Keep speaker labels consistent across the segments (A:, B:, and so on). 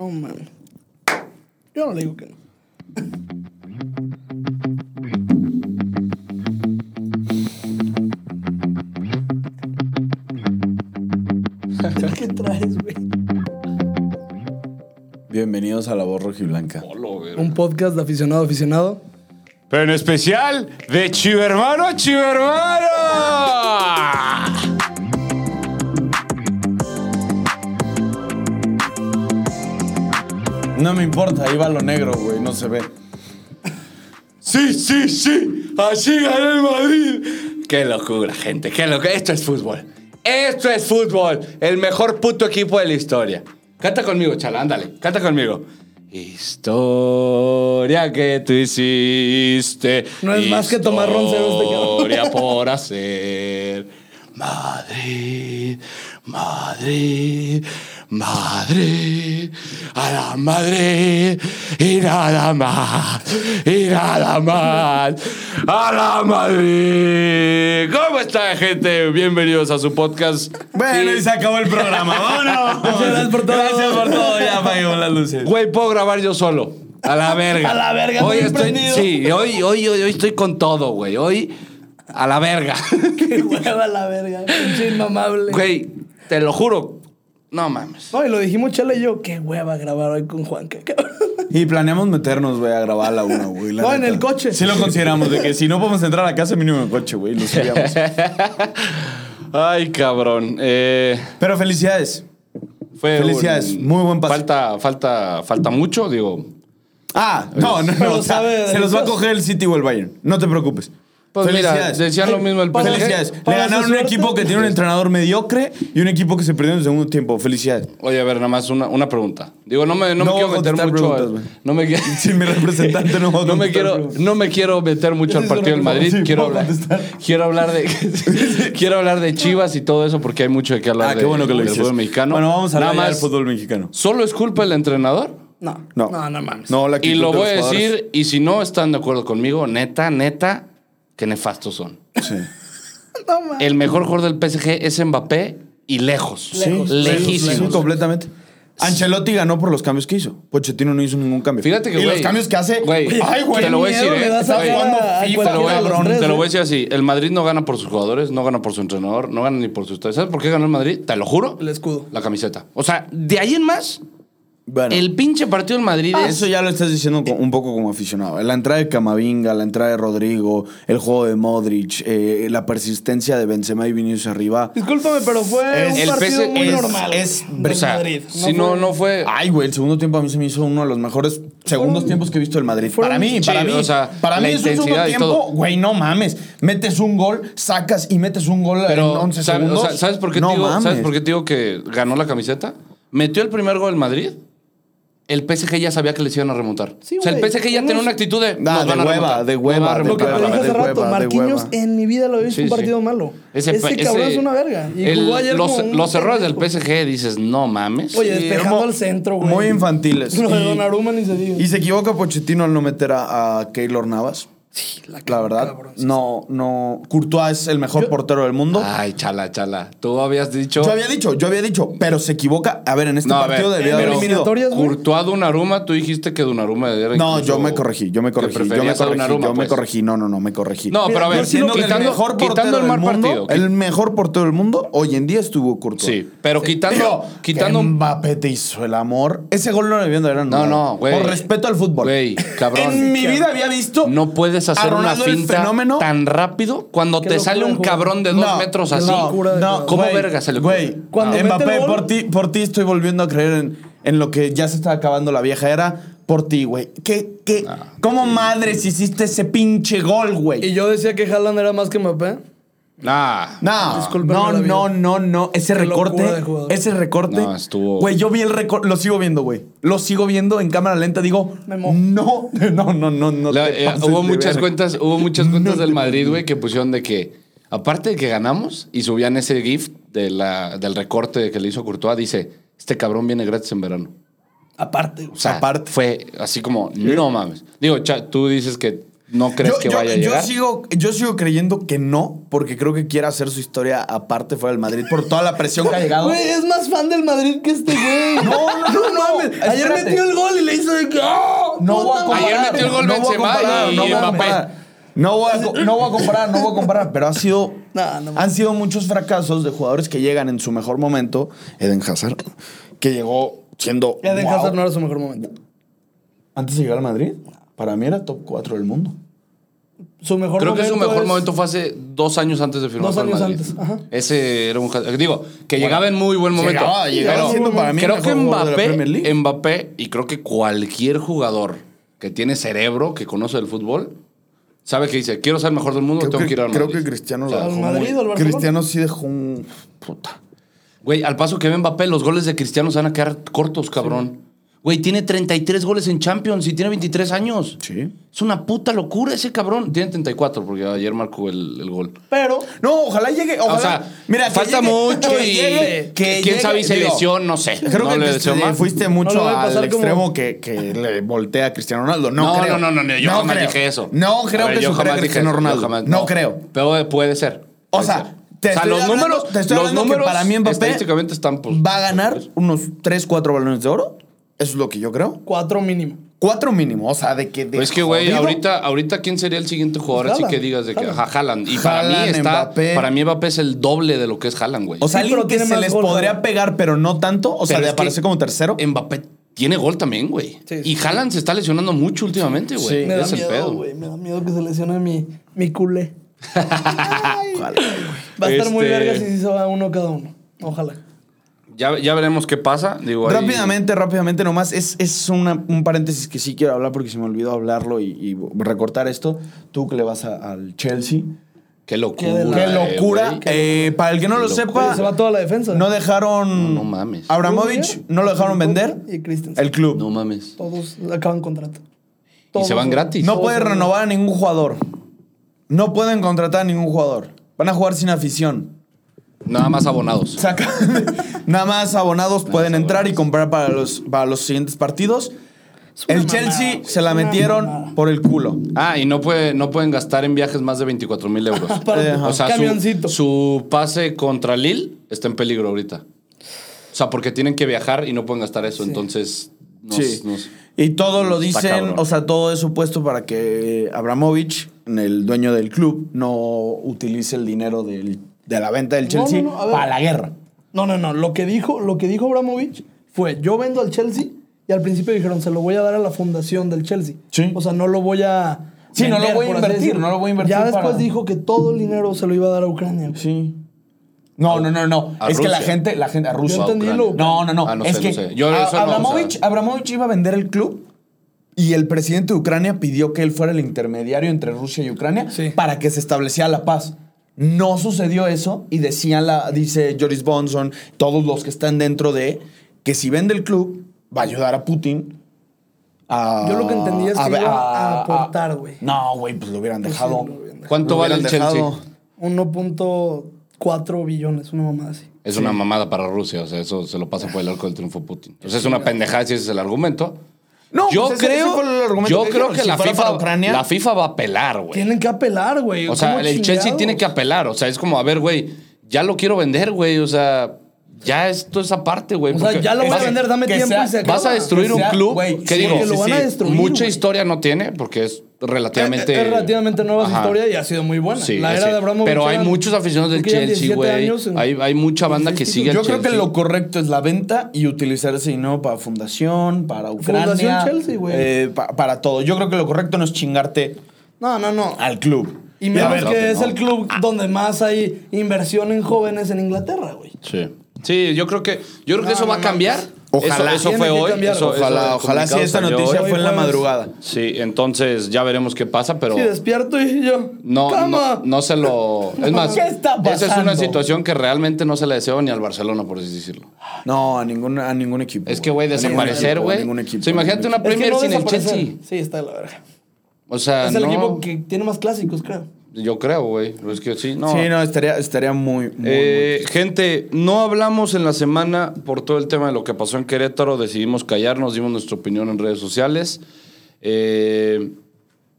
A: Oh, man. Yo no le digo que no. ¿Qué traes, güey?
B: Bienvenidos a La Voz Rojiblanca.
A: Un podcast de aficionado a aficionado.
C: Pero en especial de Chivermano a Chivermano.
B: No me importa, ahí va lo negro, güey, no se ve.
C: Sí, sí, sí. Así ganó el Madrid. Qué locura, gente. Qué locura. Esto es fútbol. Esto es fútbol. El mejor puto equipo de la historia. Canta conmigo, chala. Ándale. Canta conmigo. Historia que tú hiciste.
A: No es más que tomar ronceros de este cabrón.
C: Historia por hacer. Madrid, Madrid, Madrid, a la Madrid y nada más, y nada más, a la Madrid. ¿Cómo está, gente? Bienvenidos a su podcast.
B: Bueno, y se acabó el programa, vámonos.
A: Gracias por todo.
B: Gracias por todo, ya apagamos las luces.
C: Güey, puedo grabar yo solo. A la verga.
A: A la verga,
C: Hoy
A: estoy
C: estoy,
A: prendido.
C: sí, hoy, hoy, hoy, hoy estoy con todo, güey. Hoy, a la verga.
A: Qué hueva la verga. Pinche inmamable.
C: Güey, te lo juro. No mames.
A: No, y lo dijimos Chela y yo. Qué hueva grabar hoy con Juanca, cabrón.
B: Y planeamos meternos, güey, a grabar a la una, güey. la
A: No, en
B: neta.
A: el coche.
B: Sí lo consideramos, de que si no podemos entrar a casa, mínimo en el coche, güey, lo sabíamos.
C: Ay, cabrón. Eh,
B: Pero felicidades.
C: fue
B: Felicidades,
C: un-
B: muy buen paso.
C: Falta, falta, falta mucho, digo.
B: Ah, no, no,
A: Pero
B: no. o sea,
A: sabe de
B: se los va a
A: ricos.
B: coger el City o el Bayern. No te preocupes.
C: Pues mira,
B: Felicidades.
C: decían lo mismo el
A: Para-
B: Felicidades.
A: para
B: Le
A: su
B: ganaron un
A: suerte.
B: equipo que tiene un entrenador mediocre y un equipo que se perdió en el segundo tiempo. Felicidades.
C: Oye, a ver, nada más una, una pregunta. Digo, no me, no me
B: No
C: quiero
B: voy a
C: meter
B: contestar
C: mucho. al-
B: preguntas, güey.
C: no me quiero.
B: Si mi representante no va a
C: no me
B: contestar
C: quiero,
B: preguntas.
C: no me quiero meter mucho
B: Esa
C: al
B: es una
C: partido del
B: pregunta.
C: Madrid.
B: Sí,
C: quiero,
B: puedo
C: hablar,
B: contestar.
C: quiero hablar de quiero hablar de Chivas y todo eso porque hay mucho de qué hablar
B: Ah, qué
C: de-
B: bueno que lo
C: del
B: dices.
C: fútbol mexicano.
B: Bueno, vamos a
C: Nada
B: hablar ya del
C: más,
B: fútbol mexicano.
C: Solo es culpa del entrenador.
A: No.
B: No.
A: No, mames.
B: No, la
C: Y
B: actitud
C: lo
B: de
C: voy a
B: los jugadores.
C: decir, y si no están de acuerdo conmigo, neta, neta, que nefastos son.
B: Sí.
A: No mames.
C: El mejor jugador del PSG es Mbappé y lejos.
A: Lejos,
C: lejísimos.
B: Sí, completamente. Ancelotti ganó por los cambios que hizo. Pochettino no hizo ningún cambio.
C: Fíjate que,
B: Y
C: güey,
B: los cambios que hace.
C: güey,
B: ay, güey.
C: te lo voy a decir,
A: miedo
C: eh,
A: le das a
C: güey.
A: cada-
B: Jugando
A: a
B: FIFA,
C: Te lo, voy
A: cualquiera
C: a,
A: de los
B: cabrón,
A: tres,
C: te lo voy a
A: güey.
C: decir así. El Madrid no gana por sus jugadores, no gana por su entrenador, no gana ni por sus... ¿Sabes por qué ganó el Madrid? Te lo juro.
A: El escudo.
C: La camiseta. O sea, de ahí en más,
B: Bueno.
C: el pinche partido del Madrid
B: Ah,
C: es...
B: Eso ya lo estás diciendo co- un poco como aficionado. La entrada de Camavinga, la entrada de Rodrigo, el juego de Modric, eh, la persistencia de Benzema y Vinicius arriba.
A: Discúlpame, pero fue
B: Es-
A: un
B: el
A: partido
C: PS
A: muy
C: es-
A: normal.
B: es-
A: del
C: o sea,
A: Madrid.
C: si no, no fue...
B: Ay, güey, el segundo tiempo a mí se me hizo uno de los mejores segundos tiempos que he visto del Madrid.
A: fueron-
B: Para mí,
C: Sí,
B: para mí,
C: o sea,
B: para
C: la
B: mí es un segundo
C: intensidad y
B: tiempo,
C: todo.
B: güey, no mames. Metes un gol, sacas y metes un gol en
C: Pero,
B: 11
C: ¿sabes,
B: segundos.
C: o sea, ¿sabes por qué
B: no
C: te digo,
B: mames.
C: ¿sabes por qué te digo que ganó la camiseta? Metió el primer gol el Madrid. El PSG ya sabía que les iban a remontar.
A: Sí,
C: o sea, el
A: güey.
C: PSG ya tenía
A: Unos-
C: una actitud de.
B: Nah,
C: "Nos
B: de
C: van a
B: hueva,
C: remontar,
B: Ah, de
C: nos
B: hueva,
C: van a
B: de
A: Lo que
C: remontar".
A: te
B: hueva,
A: dije hace
B: de
A: rato,
B: hueva, de
A: Marquinhos
B: hueva.
A: en mi vida lo he visto
C: Sí,
A: un
C: sí.
A: partido malo. Ese,
C: pe-
A: cabrón
C: ese-
A: es una verga. Y
C: el-
A: jugó ayer
C: los,
A: como un
C: los errores del
A: pendejo.
C: PSG dices, no mames.
A: Oye,
B: Sí,
A: despejando
B: mo-
A: al centro, güey.
B: Muy infantiles.
A: Lo de
B: Y-
A: Donnarumma ni se diga.
B: Y se equivoca Pochettino al no meter a, a Keylor Navas.
A: la,
B: La verdad,
A: cabrón, sí.
B: no, no. Courtois es el mejor portero del mundo.
C: Ay, chala, chala. Tú habías dicho.
B: Yo había dicho, yo había dicho, pero se equivoca. A ver, en este
C: No, a ver,
B: partido debía haber
C: pero-
B: venido.
A: Eliminatorias, güey.
C: Courtois Dunaruma, tú dijiste que Dunaruma era
B: No,
C: incluso-
B: yo me corregí, yo me
C: que
B: corregí, yo me
C: preferías a
B: corregí,
C: Donnarumma,
B: yo me
C: pues.
B: corregí. No, no, no, me corregí.
C: No, pero a ver,
A: yo sí lo
B: Siendo que
A: creo.
C: quitando,
B: el mejor
C: quitando
B: portero
C: el mal
B: del mundo,
C: partido.
B: el mejor portero del mundo, hoy en día estuvo Courtois.
C: Sí, pero quitando,
B: Digo,
C: quitando
B: que Mbappé te hizo el amor. Ese gol no lo debían de haber
C: No,
B: anulado.
C: no, güey.
B: Por respeto al fútbol.
C: Güey, cabrón.
B: En mi vida había visto
C: No puedes hacer
B: a
C: una
B: Ronaldo el
C: finta
B: fenómeno.
C: tan rápido cuando
A: Qué
C: te
A: locura
C: sale
A: de
C: un
A: juego.
C: cabrón de dos
B: No,
C: metros así.
B: No, no,
C: ¿Cómo
B: güey,
C: verga se le ocurre?
B: Güey,
A: Cuando mete el
B: Mbappé,
A: gol-
B: por ti, por ti estoy volviendo a creer en, en lo que ya se está acabando la vieja era. Por ti, güey. ¿Qué, qué?
C: Ah.
B: ¿Cómo madres hiciste ese pinche gol,
A: Y
B: güey?
A: yo decía que Haaland era más que Mbappé.
C: Ah.
B: No,
A: Discúlpame
B: no,
A: la vida.
B: no, no, no. Ese
A: Qué locura de
B: recorte,
A: jugador.
B: ese recorte.
C: No, estuvo-
B: Güey, yo vi el recorte, lo sigo viendo, güey. Lo sigo viendo en cámara lenta. Digo,
A: Me
B: no,
A: mo-
B: no, no, no, no.
C: La-
B: te
C: eh,
B: pases
C: hubo
B: de
C: muchas
B: verga.
C: cuentas, hubo muchas
B: No
C: cuentas
B: te
C: del Madrid,
B: pases.
C: güey, que pusieron de que aparte de que ganamos y subían ese gif de la, del recorte que le hizo Courtois, dice, este cabrón viene gratis en verano.
A: Aparte, güey.
C: O sea,
B: Aparte.
C: fue así como, no mames. Digo, cha- tú dices que no crees que vaya a llegar.
B: sigo, yo sigo creyendo que no, porque creo que quiere hacer su historia aparte fuera del Madrid por toda la presión que ha llegado.
A: Güey, es más fan del Madrid que este güey.
B: No, no, no, no.
A: mames. Ayer
B: Espérate.
A: metió el gol y le hizo de que. ¡ah!
B: No voy
A: Puta
B: a
A: madre.
B: comparar.
C: Ayer metió el gol
B: no voy a
C: Benzema
B: comparar,
C: y
B: no voy a
C: Mbappé.
B: comparar. No voy, a, co- no voy a comparar, no voy a comparar, pero ha sido,
A: No, no.
B: han sido muchos fracasos de jugadores que llegan en su mejor momento. Eden Hazard, que llegó siendo.
A: Eden
B: wow.
A: Hazard no era su mejor momento.
B: Antes de llegar al Madrid, para mí era top 4 del mundo.
A: Su mejor
C: Creo que
A: momento
C: su mejor
A: es-
C: momento fue hace dos años antes de firmar
A: Dos
C: por el
A: años
C: Madrid.
A: antes, ajá.
C: Ese era un ha- digo que llegaba en muy buen momento.
B: Llegaba, llegaba
C: Pero
B: siendo para mí el
C: creo
B: mejor
C: que
B: jugador de la Premier
C: Mbappé,
B: League.
C: Mbappé y creo que cualquier jugador que tiene cerebro, que conoce el fútbol, sabe que dice quiero ser el mejor del mundo,
B: Creo
C: tengo
B: que,
C: que ir al
B: creo
C: Madrid".
B: que Cristiano
C: O
B: lo
C: sea,
B: dejó
A: ¿al Madrid
B: muy-
A: o al Barcelona?
B: Cristiano sí dejó un. Puta.
C: Güey, al paso que ve Mbappé, los goles de Cristiano se van a quedar cortos, cabrón. Güey, tiene 33 goles en Champions y tiene 23 años.
B: Sí.
C: Es una puta locura ese cabrón. Tiene 34 porque ayer marcó el, el gol.
A: Pero.
B: No, ojalá llegue. Ojalá.
C: O sea,
B: Mira, que
C: falta
B: llegue-
C: mucho
B: que
C: y
B: llegue- que
C: quién
B: llegue,
C: sabe si se
B: digo,
C: lesión, no sé.
B: Creo
C: no
B: que
C: le
B: te-
C: deseo
B: te
C: más.
B: fuiste mucho
A: No lo voy a
B: al
A: pasar como-
B: extremo que, que le voltea a Cristiano Ronaldo. No,
C: No,
B: creo.
C: no, no, no, yo jamás
B: creo.
C: dije eso.
B: No
C: A
B: creo
C: ver,
B: que
C: yo
B: supere a
C: jamás dije
B: Cristiano
C: eso, yo
B: Ronaldo.
C: jamás-
B: no. creo.
C: Pero eh, puede ser.
B: O
C: puede
B: sea,
C: ser.
B: te
C: O sea,
B: estoy
C: los
B: hablando-
C: números,
B: te estoy
C: los
B: hablando que
C: números
B: para mí Mbappé
C: estadísticamente están pues,
B: Va a ganar unos 3, 4 balones de oro. Eso es lo que yo creo.
A: Cuatro mínimo.
B: Cuatro mínimo. O sea, de que. de
C: Pues es que, güey,
B: jodido-
C: ahorita, ahorita, ¿quién sería el siguiente jugador? Así
A: Haaland,
C: que digas de que,
A: Haaland.
C: ajá, Haaland. Y para mí
B: Haaland,
C: está,
B: Mbappé.
C: para mí Mbappé es el doble de lo que es Haaland, güey.
B: O sea,
A: Sí,
B: alguien
A: pero
B: que
A: tiene
B: se
A: más
B: les
A: gol,
B: podría
A: ¿no?
B: pegar, pero no tanto. O sea,
C: Pero
B: de
C: es que
B: aparecer como tercero.
C: Mbappé tiene gol también, güey.
A: Sí, sí.
C: Y Haaland se está lesionando mucho últimamente, güey.
B: Sí.
A: Me da
C: es el pedo.
A: miedo, güey. Me da miedo que se lesione mi, mi culé. Ay.
B: Ojalá, güey.
A: Va a estar muy
C: Este-
A: verga si se va uno cada uno. Ojalá.
C: Ya, ya veremos qué pasa. Digo, ahí-
B: Rápidamente, rápidamente nomás. Es, es una- un paréntesis que sí quiero hablar porque se me olvidó hablarlo y, y recortar esto. Tú que le vas a- al Chelsea.
C: Qué locura.
A: Qué de la-
B: ¡Qué
C: eh,
B: locura!
C: güey.
B: Eh, para el que no
C: Qué
B: lo
C: locura.
B: sepa,
A: Se va toda la defensa.
B: no dejaron...
C: No, no mames.
B: Abramovich, no lo dejaron vender.
A: Y Christensen.
B: El club.
C: No mames.
A: Todos acaban contrato.
C: Y se van gratis.
B: No puede renovar a ningún jugador. No pueden contratar a ningún jugador. Van a jugar sin afición.
C: Nada más abonados.
B: Se acaban de- Nada más abonados pueden entrar y comprar para los, para los siguientes partidos. El Chelsea se la metieron por el culo.
C: Ah, y no, puede, no pueden gastar en viajes más de 24 mil euros.
B: Eh,
A: Para
B: ajá.
C: o sea, su,
A: camioncito.
C: su pase contra Lille está en peligro ahorita. O sea, porque tienen que viajar y no pueden gastar eso. Entonces, nos-
B: sí.
C: nos-
B: y todo lo
C: Está
B: dicen,
C: cabrón.
B: o sea, todo es supuesto para que Abramovich, el dueño del club, no utilice el dinero del- de la venta del
A: No,
B: Chelsea
A: no, no, a ver.
B: para la guerra.
A: No, no, no. Lo que dijo, lo que dijo Abramovich fue: yo vendo al Chelsea y al principio dijeron, se lo voy a dar a la fundación del Chelsea.
B: Sí.
A: O sea, no lo voy a.
B: Sí, no lo voy a
A: por así
B: invertir,
A: decirlo.
B: no lo voy a invertir
A: Ya después
B: para-
A: dijo que todo el dinero se lo iba a dar a Ucrania.
B: Sí. No, no, no, no.
C: a
B: Es que la
C: Rusia.
B: gente, la gente, a Rusia.
A: Yo entendí
C: Ucrania.
A: lo.
B: No, no, no.
C: Ah, no
B: es
C: sé,
B: que
C: no sé. Yo
B: a-
C: eso no,
B: Abramovich,
C: o sea.
B: Abramovich iba a vender el club y el presidente de Ucrania pidió que él fuera el intermediario entre Rusia y Ucrania
A: Sí.
B: para que se estableciera la paz. No sucedió eso y decían la, dice Joris Bonson, todos los que están dentro de, que si vende el club va a ayudar a Putin. a-
A: Yo lo que entendí es que
B: ver-
A: iba a aportar, güey.
B: No, güey, pues lo hubieran
A: Pues sí,
B: dejado.
A: lo hubieran dejado.
C: ¿Cuánto
B: Lo
C: vale el
B: hubieran
C: Chelsea?
B: dejado.
A: 1.4 billones, una mamada así.
C: Es una mamada para Rusia. O sea, eso se lo pasa por el arco del triunfo Putin. O sea, es una pendejada si ese es el argumento.
B: No,
C: yo
B: pues ese- ese
C: creo,
B: fue el argumento
C: yo
B: que
C: creo
B: dijeron,
C: que
B: si
C: la,
B: fuera para
C: FIFA,
B: Ucrania-
C: la FIFA va a apelar, güey.
A: Tienen que apelar, güey.
C: O sea,
A: ¿Cómo
C: el Chelsea
A: chingados?
C: tiene que apelar. O sea, es como, a ver, güey, ya lo quiero vender, güey. O sea, ya esto es aparte, güey.
A: O sea,
C: porque
A: ya lo voy
C: vas-
A: a vender, dame
B: que
A: tiempo
B: sea-
A: y se acaba.
C: Vas a destruir
B: que
C: un
B: sea-
C: club
B: güey,
C: que
B: sí,
C: digo,
B: que
A: lo van a destruir,
C: mucha
A: güey.
C: historia no tiene porque es relativamente.
A: Es relativamente nueva su
C: Ajá.
A: historia y ha sido muy buena.
C: Sí,
A: la era
C: sí.
A: de Abramovich
C: Pero hay
A: eran-
C: muchos aficionados del
A: creo que eran
C: Chelsea,
A: 17
C: güey.
A: años en-
C: Hay, hay mucha banda que
A: Chelsea.
C: sigue al
B: Yo creo que
C: Chelsea.
B: lo correcto es la venta y utilizar ese dinero para fundación, para Ucrania.
A: Fundación Chelsea, güey.
B: eh, pa- para todo. Yo creo que lo correcto no es chingarte
A: No, no, no.
B: al club.
A: Y
C: a
A: menos
C: ver,
A: que es
C: no.
A: el club donde más hay inversión en jóvenes en Inglaterra, güey.
C: Sí. Sí, yo creo que, yo creo que
A: No,
C: eso va a
A: no,
C: cambiar.
B: pues, ojalá.
C: Eso, eso
A: Tiene
C: fue
A: que
C: hoy.
A: cambiar,
C: eso-
A: güey.
B: Ojalá,
C: eso
B: ojalá si
C: comunicado
B: esta
C: salió
B: noticia
C: hoy.
B: fue en la
A: Hoy jueves.
B: madrugada.
C: Sí, entonces ya veremos qué pasa, pero.
A: Sí, despierto y yo.
C: No,
A: ¡Cama!
C: no, no se lo. Es más,
B: ¿Qué está
C: esa es una
B: pasando?
C: situación que realmente no se le deseo ni al Barcelona, por así decirlo.
B: No, a ningún, a ningún equipo.
C: Es que, güey,
B: A ningún
C: desaparecer,
B: equipo,
C: güey.
B: a ningún equipo,
C: O sea, imagínate
B: a ningún
C: una Premier
A: no
C: sin el
A: desaparecer.
C: Chelsea.
A: Sí, está de la verga.
C: O sea,
A: es el
C: no,
A: equipo que tiene más clásicos, creo.
C: Yo creo, güey. Es que sí, no.
B: equipo. Mm. Sí, no, estaría, estaría muy, muy,
C: Eh, gente, no hablamos en la semana por todo el tema de lo que pasó en Querétaro. Decidimos callarnos, dimos nuestra opinión en redes sociales. Eh,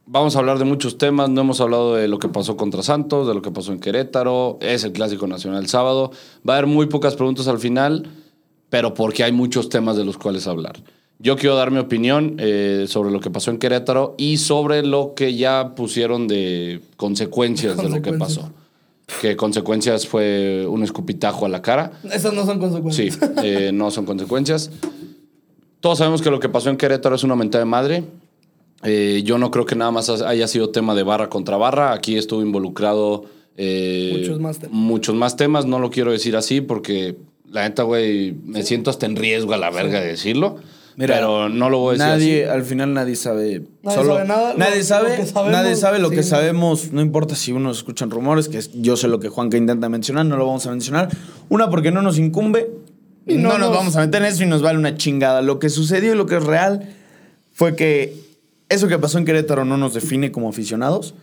C: Vamos a hablar de muchos temas. No hemos hablado de lo que pasó contra Santos, de lo que pasó en Querétaro. Es el Clásico Nacional sábado. Va a haber muy pocas preguntas al final, pero porque hay muchos temas de los cuales hablar. Yo quiero dar mi opinión eh, sobre lo que pasó en Querétaro y sobre lo que ya pusieron de consecuencias de lo que
A: Consecuencias.
C: pasó. Que consecuencias fue un escupitajo a la cara.
A: Esas no son
C: Sí,
A: consecuencias.
C: eh, no son consecuencias. Todos sabemos que lo que pasó en Querétaro es una mentada de madre. Eh, yo no creo que nada más haya sido tema de barra contra barra. Aquí estuvo involucrado eh,
A: Muchos más temas.
C: muchos más temas. No lo quiero decir así porque la neta, güey, me siento hasta en riesgo a la verga de decirlo.
B: Mira,
C: pero no lo voy a decir
B: Nadie,
C: así.
B: al final nadie sabe.
A: Nadie sabe nada, lo-
B: Nadie
A: lo
B: sabe,
A: que sabemos,
B: nadie sabe lo
A: sí.
B: que sabemos. No importa si uno escuchan rumores, que es- yo sé lo que Juanca intenta mencionar, no lo vamos a mencionar. Una, porque no nos incumbe.
A: Y no
B: no nos
A: nos-
B: vamos a meter en eso y nos vale una chingada. Lo que sucedió y lo que es real fue que eso que pasó en Querétaro no nos define como aficionados.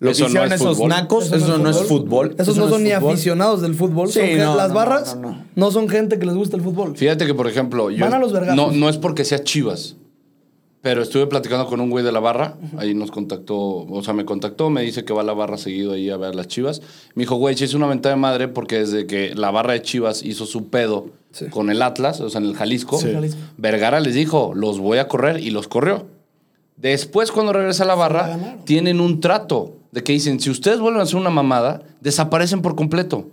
B: Lo
C: Eso
B: que
C: no
B: hicieron
C: es
B: esos
C: fútbol.
B: nacos, eso, no es fútbol.
A: Esos
B: eso
A: no son ni
B: es fútbol.
A: aficionados del fútbol.
B: Sí,
A: son gen-
B: no,
A: las
B: no,
A: barras
B: no,
A: no,
B: no, no.
A: son gente que les gusta el fútbol.
C: Fíjate que, por ejemplo, yo,
A: Van a los vergazos.
C: no, no es porque sea Chivas, pero estuve platicando con un güey de la barra, ahí nos contactó, o sea, me contactó, me dice que va a la barra seguido ahí a ver las Chivas. Me dijo, güey, sí es una venta de madre porque desde que la barra de Chivas hizo su pedo
A: Sí.
C: con el Atlas, o sea, en el Jalisco,
A: Sí. Jalisco.
C: Vergara les dijo, los voy a correr y los corrió. Después, cuando regresa a la
A: la
C: barra,
A: ganaron.
C: tienen un trato de que dicen, si ustedes vuelven a hacer una mamada, desaparecen por completo.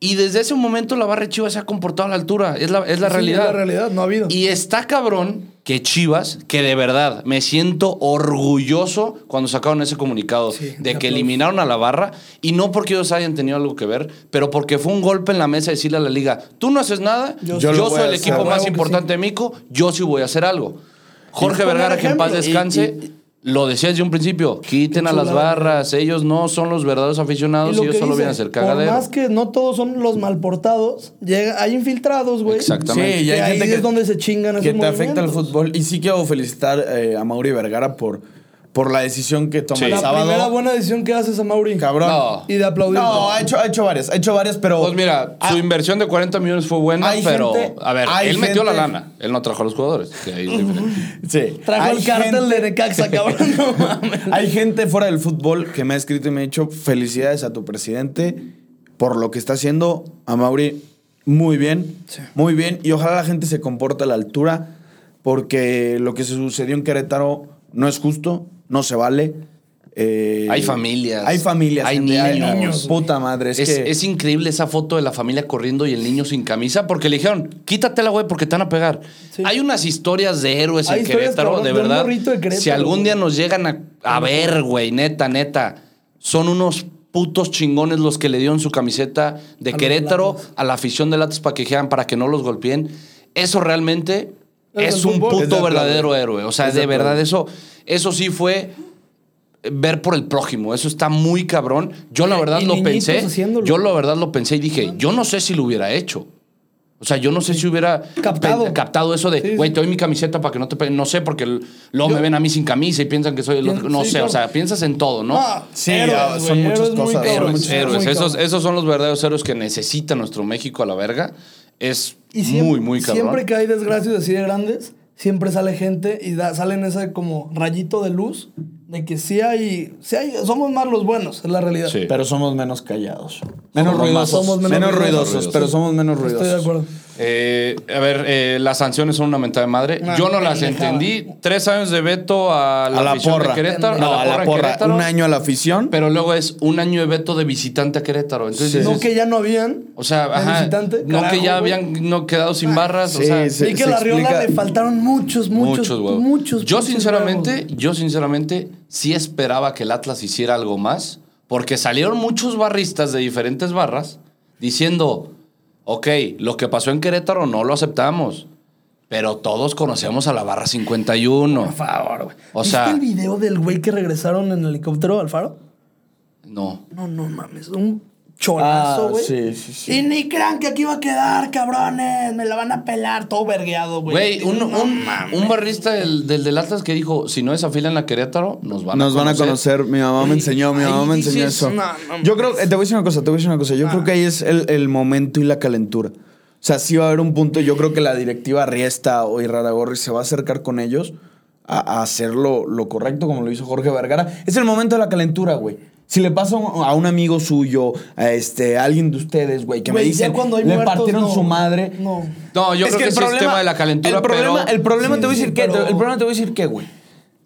C: Y desde ese momento la barra de Chivas se ha comportado a la altura. Es la, es la
A: Sí,
C: realidad.
A: es la realidad, no ha habido.
C: Y está cabrón que Chivas, que de verdad me siento orgulloso cuando sacaron ese comunicado
A: Sí,
C: de
A: de
C: que
A: aplauso.
C: eliminaron a la barra y no porque ellos hayan tenido algo que ver, pero porque fue un golpe en la mesa decirle a la liga, tú no haces nada,
A: Yo
C: yo,
A: sí.
B: Yo lo voy
C: soy
B: a
C: el
B: hacer.
C: equipo
A: Huevo
C: más
A: que sí.
C: importante de Mico, yo sí voy a hacer algo. Jorge
A: Y poner
C: Vergara, que en paz
A: ejemplo.
C: descanse,
B: Y-
C: lo decía desde un principio, quiten a las
A: Chulada.
C: barras, ellos no son los verdaderos aficionados,
A: Y lo
C: ellos
A: que
C: solo
A: dice,
C: vienen a hacer
A: Por
C: cagadero.
A: más que no todos son los malportados, llega, hay infiltrados, güey.
C: Exactamente.
B: Sí, y hay
A: Que ahí
B: gente que-
A: es donde se chingan esos
B: que te afecta el
A: movimientos.
B: fútbol. Y sí quiero felicitar eh, a Mauri Vergara por, por la decisión que toma
C: Sí.
B: el
A: La
B: sábado.
A: primera buena decisión que haces a Mauri.
B: Cabrón.
C: No.
A: Y de aplaudir.
B: No, ha hecho, ha hecho varias, ha hecho varias, pero.
C: Pues mira,
B: Ah,
C: su inversión de 40 millones fue buena,
B: Hay
C: pero
B: gente-
C: a ver,
B: hay
C: él metió la
B: gente-
C: lana, él no trajo a los jugadores. que ahí es diferente.
B: sí.
A: Trajo
B: Hay
A: el cártel
B: gente-
A: de Necaxa, cabrón. No mames.
B: Hay gente fuera del fútbol que me ha escrito y me ha dicho felicidades a tu presidente por lo que está haciendo a Mauri. Muy bien, muy bien. Y ojalá la gente se comporte a la altura porque lo que sucedió en Querétaro no es justo, no se vale. Eh,
C: Hay familias,
B: Hay familias.
C: hay
B: gente,
C: niños.
B: puta madre.
C: es,
B: Es, que-
C: es increíble esa foto de la familia corriendo y el niño sin camisa porque le dijeron, quítatela, güey, porque te van a pegar.
A: Sí.
C: Hay unas historias de héroes
A: Hay
C: en
A: historias,
C: Querétaro,
A: cabrón,
C: de
A: de un
C: verdad.
A: morrito de Querétaro,
C: si algún día
A: güey.
C: nos llegan a, a ver, güey, neta, neta, son unos putos chingones los que le dieron su camiseta de
A: A los
C: Querétaro
A: Latas.
C: a la afición de Latas para que jean, para que no los golpeen. Eso realmente
A: Es
C: es,
A: el
C: un
A: fútbol.
B: Es de
C: puto
B: aplaudir.
C: verdadero héroe. O sea,
B: Es de
C: de verdad,
B: aplaudir.
C: eso, eso sí fue ver por el prójimo. Eso está muy cabrón. Yo la
A: Y-
C: verdad
A: y
C: lo
A: niñitos
C: pensé.
A: haciéndolo.
C: Yo la verdad lo pensé y dije, yo no sé si lo hubiera hecho. O sea, yo no sé si hubiera
A: Captado.
C: pe- captado eso
A: Sí,
C: de,
A: sí.
C: güey, te doy mi camiseta para que no te peguen. No sé, porque l- luego me ven a mí sin camisa y piensan que soy el otro.
A: Piensa-
C: No
A: sí,
C: sé, o
A: claro.
C: sea, piensas en todo, ¿no?
A: Ah,
B: Sí,
A: héroes,
B: ah, son
A: güey,
B: muchas
A: héroes muy
B: cosas,
A: cabrones,
C: héroes,
B: muchos,
C: héroes.
A: muy
C: Esos,
A: cabrones.
C: esos son los verdaderos héroes que necesita nuestro México a la verga. Es
A: Y siempre,
C: muy, muy cabrón.
A: Siempre que hay desgracias así de grandes, siempre sale gente y da, salen ese como rayito de luz de que sí hay, sí hay, somos más los buenos, es la realidad.
C: Sí.
B: Pero somos menos callados. Menos
C: más-
B: ruidosos.
A: somos
B: menos,
A: menos
B: ruidosos,
A: ruidosos,
B: pero somos menos ruidosos.
A: Estoy de acuerdo.
C: Eh, a ver, eh, las sanciones son una mentada de madre.
A: Una
C: Yo no las
A: pendejada.
C: entendí. Tres años de veto a la,
B: A la
C: afición de
B: porra.
C: Querétaro,
B: no, a la
C: en
B: porra.
C: Querétaro,
B: Un año a la afición.
C: Pero luego es un año de veto de visitante a Querétaro. Entonces,
B: Sí.
C: dices,
A: No que ya no habían.
C: o sea,
A: de
C: ajá,
A: visitante,
C: no
A: carajo,
C: que ya
A: güey.
C: habían no quedado sin barras.
B: Ah, sí,
C: o sea,
B: sí. se-
A: y que
B: se
A: a la Riola
B: explica-
A: le faltaron muchos, muchos,
C: muchos,
A: muchos,
C: huevos.
A: muchos
C: Yo
A: pinches
C: sinceramente,
A: huevos.
C: yo sinceramente sí esperaba que el Atlas hiciera algo más, porque salieron muchos barristas de diferentes barras diciendo, ok, lo que pasó en Querétaro no lo aceptamos, pero todos conocemos a la barra 51.
A: Por favor, güey.
C: O sea-
A: ¿Viste el video del güey que regresaron en helicóptero al faro?
C: No.
A: No, no mames, un cholazo,
B: Ah,
A: güey.
B: sí, sí, sí.
A: Y ni crean que aquí va a quedar, cabrones. Me la van a pelar, todo vergueado, güey.
C: Güey, un,
A: No
C: un-
A: mames.
C: un barrista del, del del Atlas que dijo, si no desafilan a Querétaro, nos van
B: Nos
C: a conocer.
B: van a conocer. Mi mamá me enseñó, mi
C: ahí
B: mamá me enseñó
C: dices,
B: eso.
A: no, no Ah.
B: Yo creo, eh, te voy a decir una cosa, te voy a decir una cosa. Yo creo que ahí es el, el momento y la calentura. O sea, sí va a haber un punto. Yo creo que la directiva Riesta o Irraragorri se va a acercar con ellos a, a hacer lo, lo correcto como lo hizo Jorge Vergara. Es el momento de la calentura, güey. Si le pasa a un- a un amigo suyo, a este, a alguien de ustedes, güey, que me
A: Güey, ya
B: dicen,
A: cuando hay
B: le
A: muertos,
B: partieron
A: no,
B: su madre.
A: no.
C: No, yo creo que, sí es tema de la calentura,
B: el problema,
C: pero...
B: El problema te voy a
A: Sí,
B: decir
A: sí,
B: qué, te-
A: pero-
B: el problema te voy a decir qué, güey.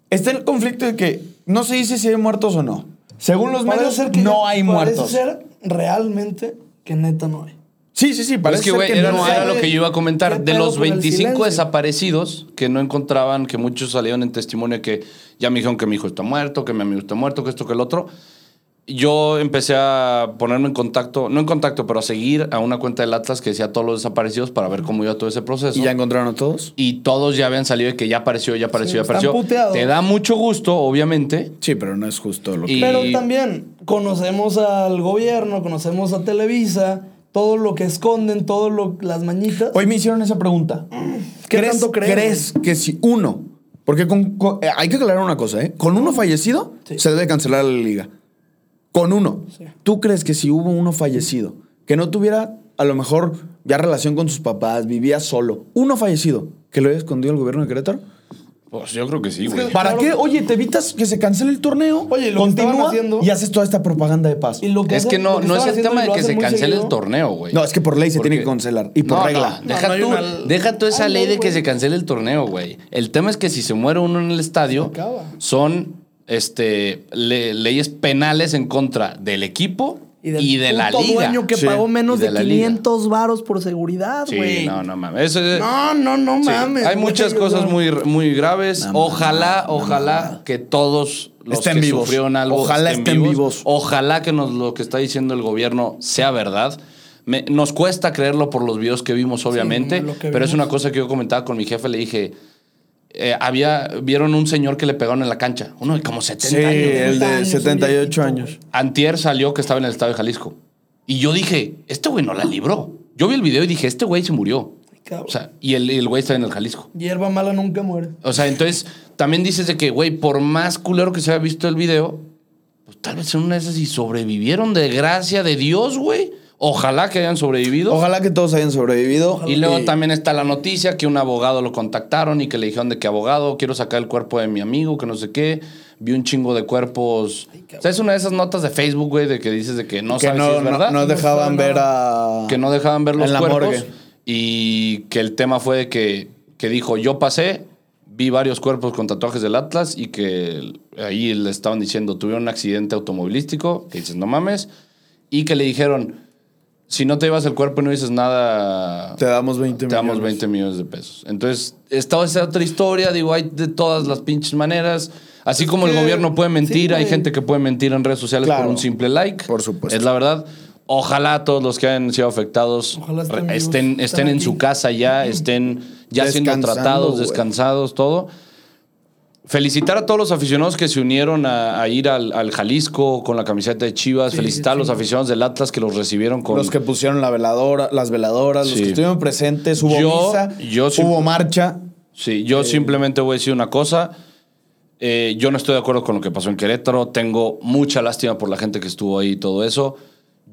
B: Está el conflicto de que no se dice si hay muertos o no. Según los
A: Parece
B: medios,
A: ser que
B: no
A: ya-
B: hay
A: parece
B: muertos.
A: ser realmente que neta no hay.
B: Sí, sí, sí,
C: Es
B: parece
C: que,
B: ser
C: güey,
B: que
C: era,
B: no
A: se
C: era
B: hay.
A: sabe
C: lo que yo iba a comentar.
A: qué
C: De
A: pedo
C: los
A: con el
C: 25
A: silencio.
C: desaparecidos que no encontraban, que muchos salieron en testimonio que ya me dijeron que mi hijo está muerto, que mi amigo está muerto, que esto, que el otro. Yo empecé a ponerme en contacto, no en contacto, pero a seguir a una cuenta del Atlas que decía todos los desaparecidos para ver cómo iba todo ese proceso.
B: ¿Y ya encontraron a todos?
C: Y todos ya habían salido y que ya apareció, ya apareció,
A: Sí,
C: ya
A: están
C: apareció.
A: puteados.
C: Te da mucho gusto, obviamente.
B: Sí, pero no es justo lo
C: Y-
B: que...
A: Pero también conocemos al gobierno, conocemos a Televisa, todo lo que esconden, todas las mañitas.
B: Hoy me hicieron esa pregunta.
A: ¿Qué tanto crees?
B: ¿Crees que si uno... Porque con- con- eh, hay que aclarar una cosa, ¿eh? Con uno fallecido,
A: Sí.
B: se debe cancelar la liga. Con uno.
A: Sí.
B: ¿Tú crees que si hubo uno fallecido, que no tuviera a lo mejor ya relación con sus papás, vivía solo, uno fallecido, que lo haya escondido el gobierno de Querétaro?
C: Pues yo creo que sí,
A: güey.
B: ¿Para
A: Claro.
B: qué? Oye, te evitas que se cancele el torneo,
A: Oye, lo que
B: continúa
A: estaban haciendo-
B: y haces toda esta propaganda de paz.
A: Y lo
C: Es que
A: hacen-
C: no,
A: lo
C: no es
A: estaban
C: el
A: haciendo y
C: tema de
A: lo
C: que se
A: hacen muy
C: cancele el
A: seguido.
C: torneo, güey.
B: No, es que por ley se
C: Porque-
B: tiene que cancelar. Y por
C: No,
B: regla.
C: no, deja,
A: No, no hay
C: tú,
A: una-
C: deja tú esa
A: Ay, no,
C: ley de que
A: güey.
C: se cancele el torneo, güey. El tema es que si se muere uno en el estadio,
A: Se acaba.
C: son este, le- leyes penales en contra del equipo y,
A: del
C: de la
A: puto
C: liga.
A: dueño que
B: Sí.
A: pagó menos
C: Y de
A: de,
C: la liga.
A: 500 varos por seguridad,
C: Sí,
A: güey.
C: no, no mames. Eso es-
A: no, no, no
C: sí.
A: mames.
C: Hay muchas
A: güey,
C: cosas
A: no.
C: muy, muy graves.
B: Una
C: ojalá,
B: mamada, una
C: ojalá
B: mamada.
C: que todos los
B: Estén
C: que
B: vivos.
C: sufrieron algo
B: Ojalá estén vivos.
C: Ojalá que nos, lo que está diciendo el gobierno sea verdad. Me- nos cuesta creerlo por los videos que vimos, obviamente,
A: lo que
C: pero es
A: vimos.
C: una cosa que yo comentaba con mi jefe. Le dije, eh, había, vieron un señor que le pegaron en la cancha. Uno de como 70
B: Sí,
C: años.
B: el de
A: años, un viejito,
B: 78 años.
C: Antier salió que estaba en el estado de Jalisco. Y yo dije, este güey no la libró. Yo vi el video y dije, este güey se murió.
A: Ay, cabrón.
C: O sea, y el, y el güey está en el Jalisco.
A: Hierba mala nunca muere.
C: O sea, entonces también dices de que, güey, por más culero que se haya visto el video, pues tal vez en una de esas y sobrevivieron de gracia de Dios, güey. Ojalá que hayan sobrevivido.
B: Ojalá que todos hayan sobrevivido.
C: Y luego también está la noticia que un abogado lo contactaron y que le dijeron de que abogado, quiero sacar el cuerpo de mi amigo, que no sé qué. Vi un chingo de cuerpos. o sea, es una de esas notas de Facebook, güey, de que dices de que no
B: que
C: sabes
B: no,
C: si es
B: no-
C: verdad.
B: no dejaban ver a...
C: que no dejaban ver los
B: En la
C: cuerpos.
B: morgue.
C: Y que el tema fue de que, que dijo, yo pasé, vi varios cuerpos con tatuajes del Atlas y que ahí le estaban diciendo, tuvieron un accidente automovilístico, que dices, no mames. Y que le dijeron, si no te llevas el cuerpo y no dices nada,
B: Te damos 20
C: te damos
B: millones.
C: 20 millones de pesos. Entonces, está esa otra historia, digo, hay de todas las pinches maneras. Así como el
A: que-
C: gobierno puede mentir,
A: sí,
C: hay
A: güey.
C: gente que puede mentir en redes sociales por
B: Claro.
C: un simple like.
B: Por supuesto.
C: Es la verdad. Ojalá todos los que hayan sido afectados
A: Ojalá estén
C: re-
A: vivos,
C: estén, estén,
A: están
C: en
A: aquí.
C: su casa ya, estén ya siendo
B: Descansando,
C: tratados,
B: güey.
C: descansados, todo. Felicitar a todos los aficionados que se unieron a, a ir al, al Jalisco con la camiseta de Chivas. Felicitar a los aficionados del Atlas que los recibieron con...
B: Los que pusieron la veladora, las veladoras, los
C: Sí.
B: que estuvieron presentes, hubo
C: Yo-
B: misa,
C: yo sí-
B: hubo marcha.
C: Sí,
A: Eh.
C: yo simplemente voy a decir una cosa. Eh, yo no estoy de acuerdo con lo que pasó en Querétaro. Tengo mucha lástima por la gente que estuvo ahí y todo eso.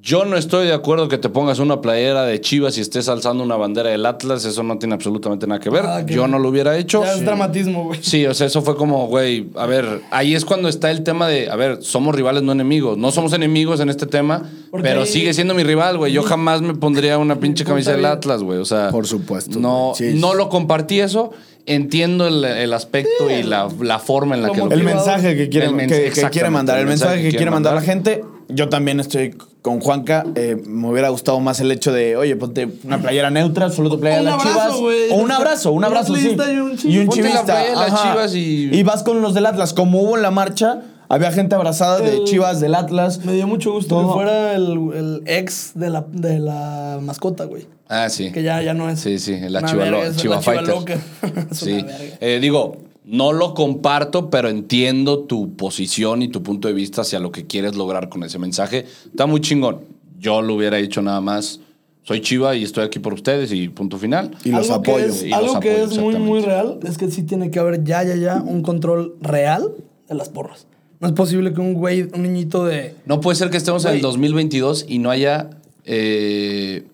C: Yo no estoy de acuerdo que te pongas una playera de Chivas y estés alzando una bandera del Atlas. Eso no tiene absolutamente nada que ver.
A: Ah, que-
C: yo no lo hubiera hecho.
A: Ya
C: Sí.
A: es dramatismo, güey.
C: Sí, o sea, eso fue como, güey, a ver, ahí es cuando está el tema de, a ver, somos rivales, no enemigos. No somos enemigos en este tema,
A: Porque
C: pero
A: ahí-
C: sigue siendo mi rival, güey. Yo jamás me pondría una pinche
A: punto
C: camisa
A: de
C: del
A: vista.
C: Atlas, güey. O sea,
B: Por supuesto,
C: No,
B: güey. Sí,
C: no
B: sí.
C: lo compartí eso. Entiendo el, el aspecto y la, la forma en la
A: Lo
C: que lo
B: El
A: Motivado.
B: mensaje que quiere,
C: El mens-
B: que- que
C: exactamente,
B: quiere mandar, el mensaje que quiere mandar la gente. Yo también estoy con Juanca. eh, me hubiera gustado más el hecho de, oye, ponte una playera neutra, solo tu playera de
A: Un
B: las
A: abrazo,
B: chivas.
A: güey.
B: O un abrazo, un
A: Un
B: abrazo, sí.
A: atlista y un chivo.
C: Ponte la playera de las
B: ajá.
C: chivas y-
B: vas con los del Atlas. Como hubo en la marcha, había gente abrazada de
A: El-
B: chivas, del Atlas.
A: Me dio mucho gusto
B: Todo.
A: que fuera el, el ex de la, de la mascota, güey.
C: Ah, sí.
A: Que ya, ya no es.
C: Sí, sí, la
A: Una
C: Chiva,
A: verga,
C: lo-
A: es
C: Chiva
A: la Chiva
C: Fighters.
A: loca. Es una
C: sí.
A: verga.
C: Eh, digo, no lo comparto, pero entiendo tu posición y tu punto de vista hacia lo que quieres lograr con ese mensaje. Está muy chingón. Yo lo hubiera hecho nada más. Soy Chiva y estoy aquí por ustedes y punto final.
B: Y los
A: algo que
B: apoyo.
A: es-
C: Y los
A: algo que
C: apoyo,
A: es muy, muy
C: exactamente.
A: real es que sí tiene que haber ya, ya, ya un control real de las porras. No es posible que un güey, un niñito de...
C: No puede ser que estemos en el
A: Güey.
C: 2022 y no haya. eh,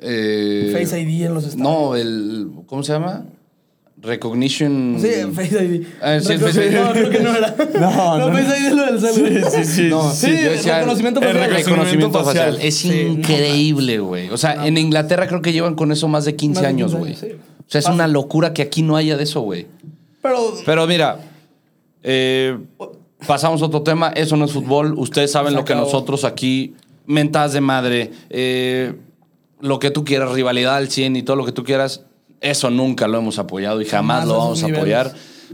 C: eh,
A: Face ID en los estados.
C: No, el. ¿Cómo se llama? Recognition.
A: Sí, Face ID.
C: Ah, sí,
A: Recono-
C: Face ID.
A: No, creo que no era.
B: No, no,
A: no. Face ID es lo del celular.
B: Sí, sí, sí.
C: No,
A: sí,
C: yo decía-
A: reconocimiento
C: el
A: facial.
C: reconocimiento facial.
B: facial.
C: Es
A: Sí, no,
C: increíble, güey. O sea, en Inglaterra creo que llevan con eso más de 15
A: Más de
C: años,
A: 15
C: güey.
A: años, sí.
C: O sea, es una locura que aquí no haya de eso, güey.
A: Pero
C: Pero mira, eh, pasamos a otro tema. Eso no es fútbol. Ustedes saben
A: Se
C: lo que
A: acabó.
C: nosotros aquí, mentadas de madre, eh, lo que tú quieras, rivalidad al 100 y todo lo que tú quieras. Eso nunca lo hemos apoyado y jamás,
A: Jamás
C: lo
A: a
C: vamos a
A: esos
C: apoyar.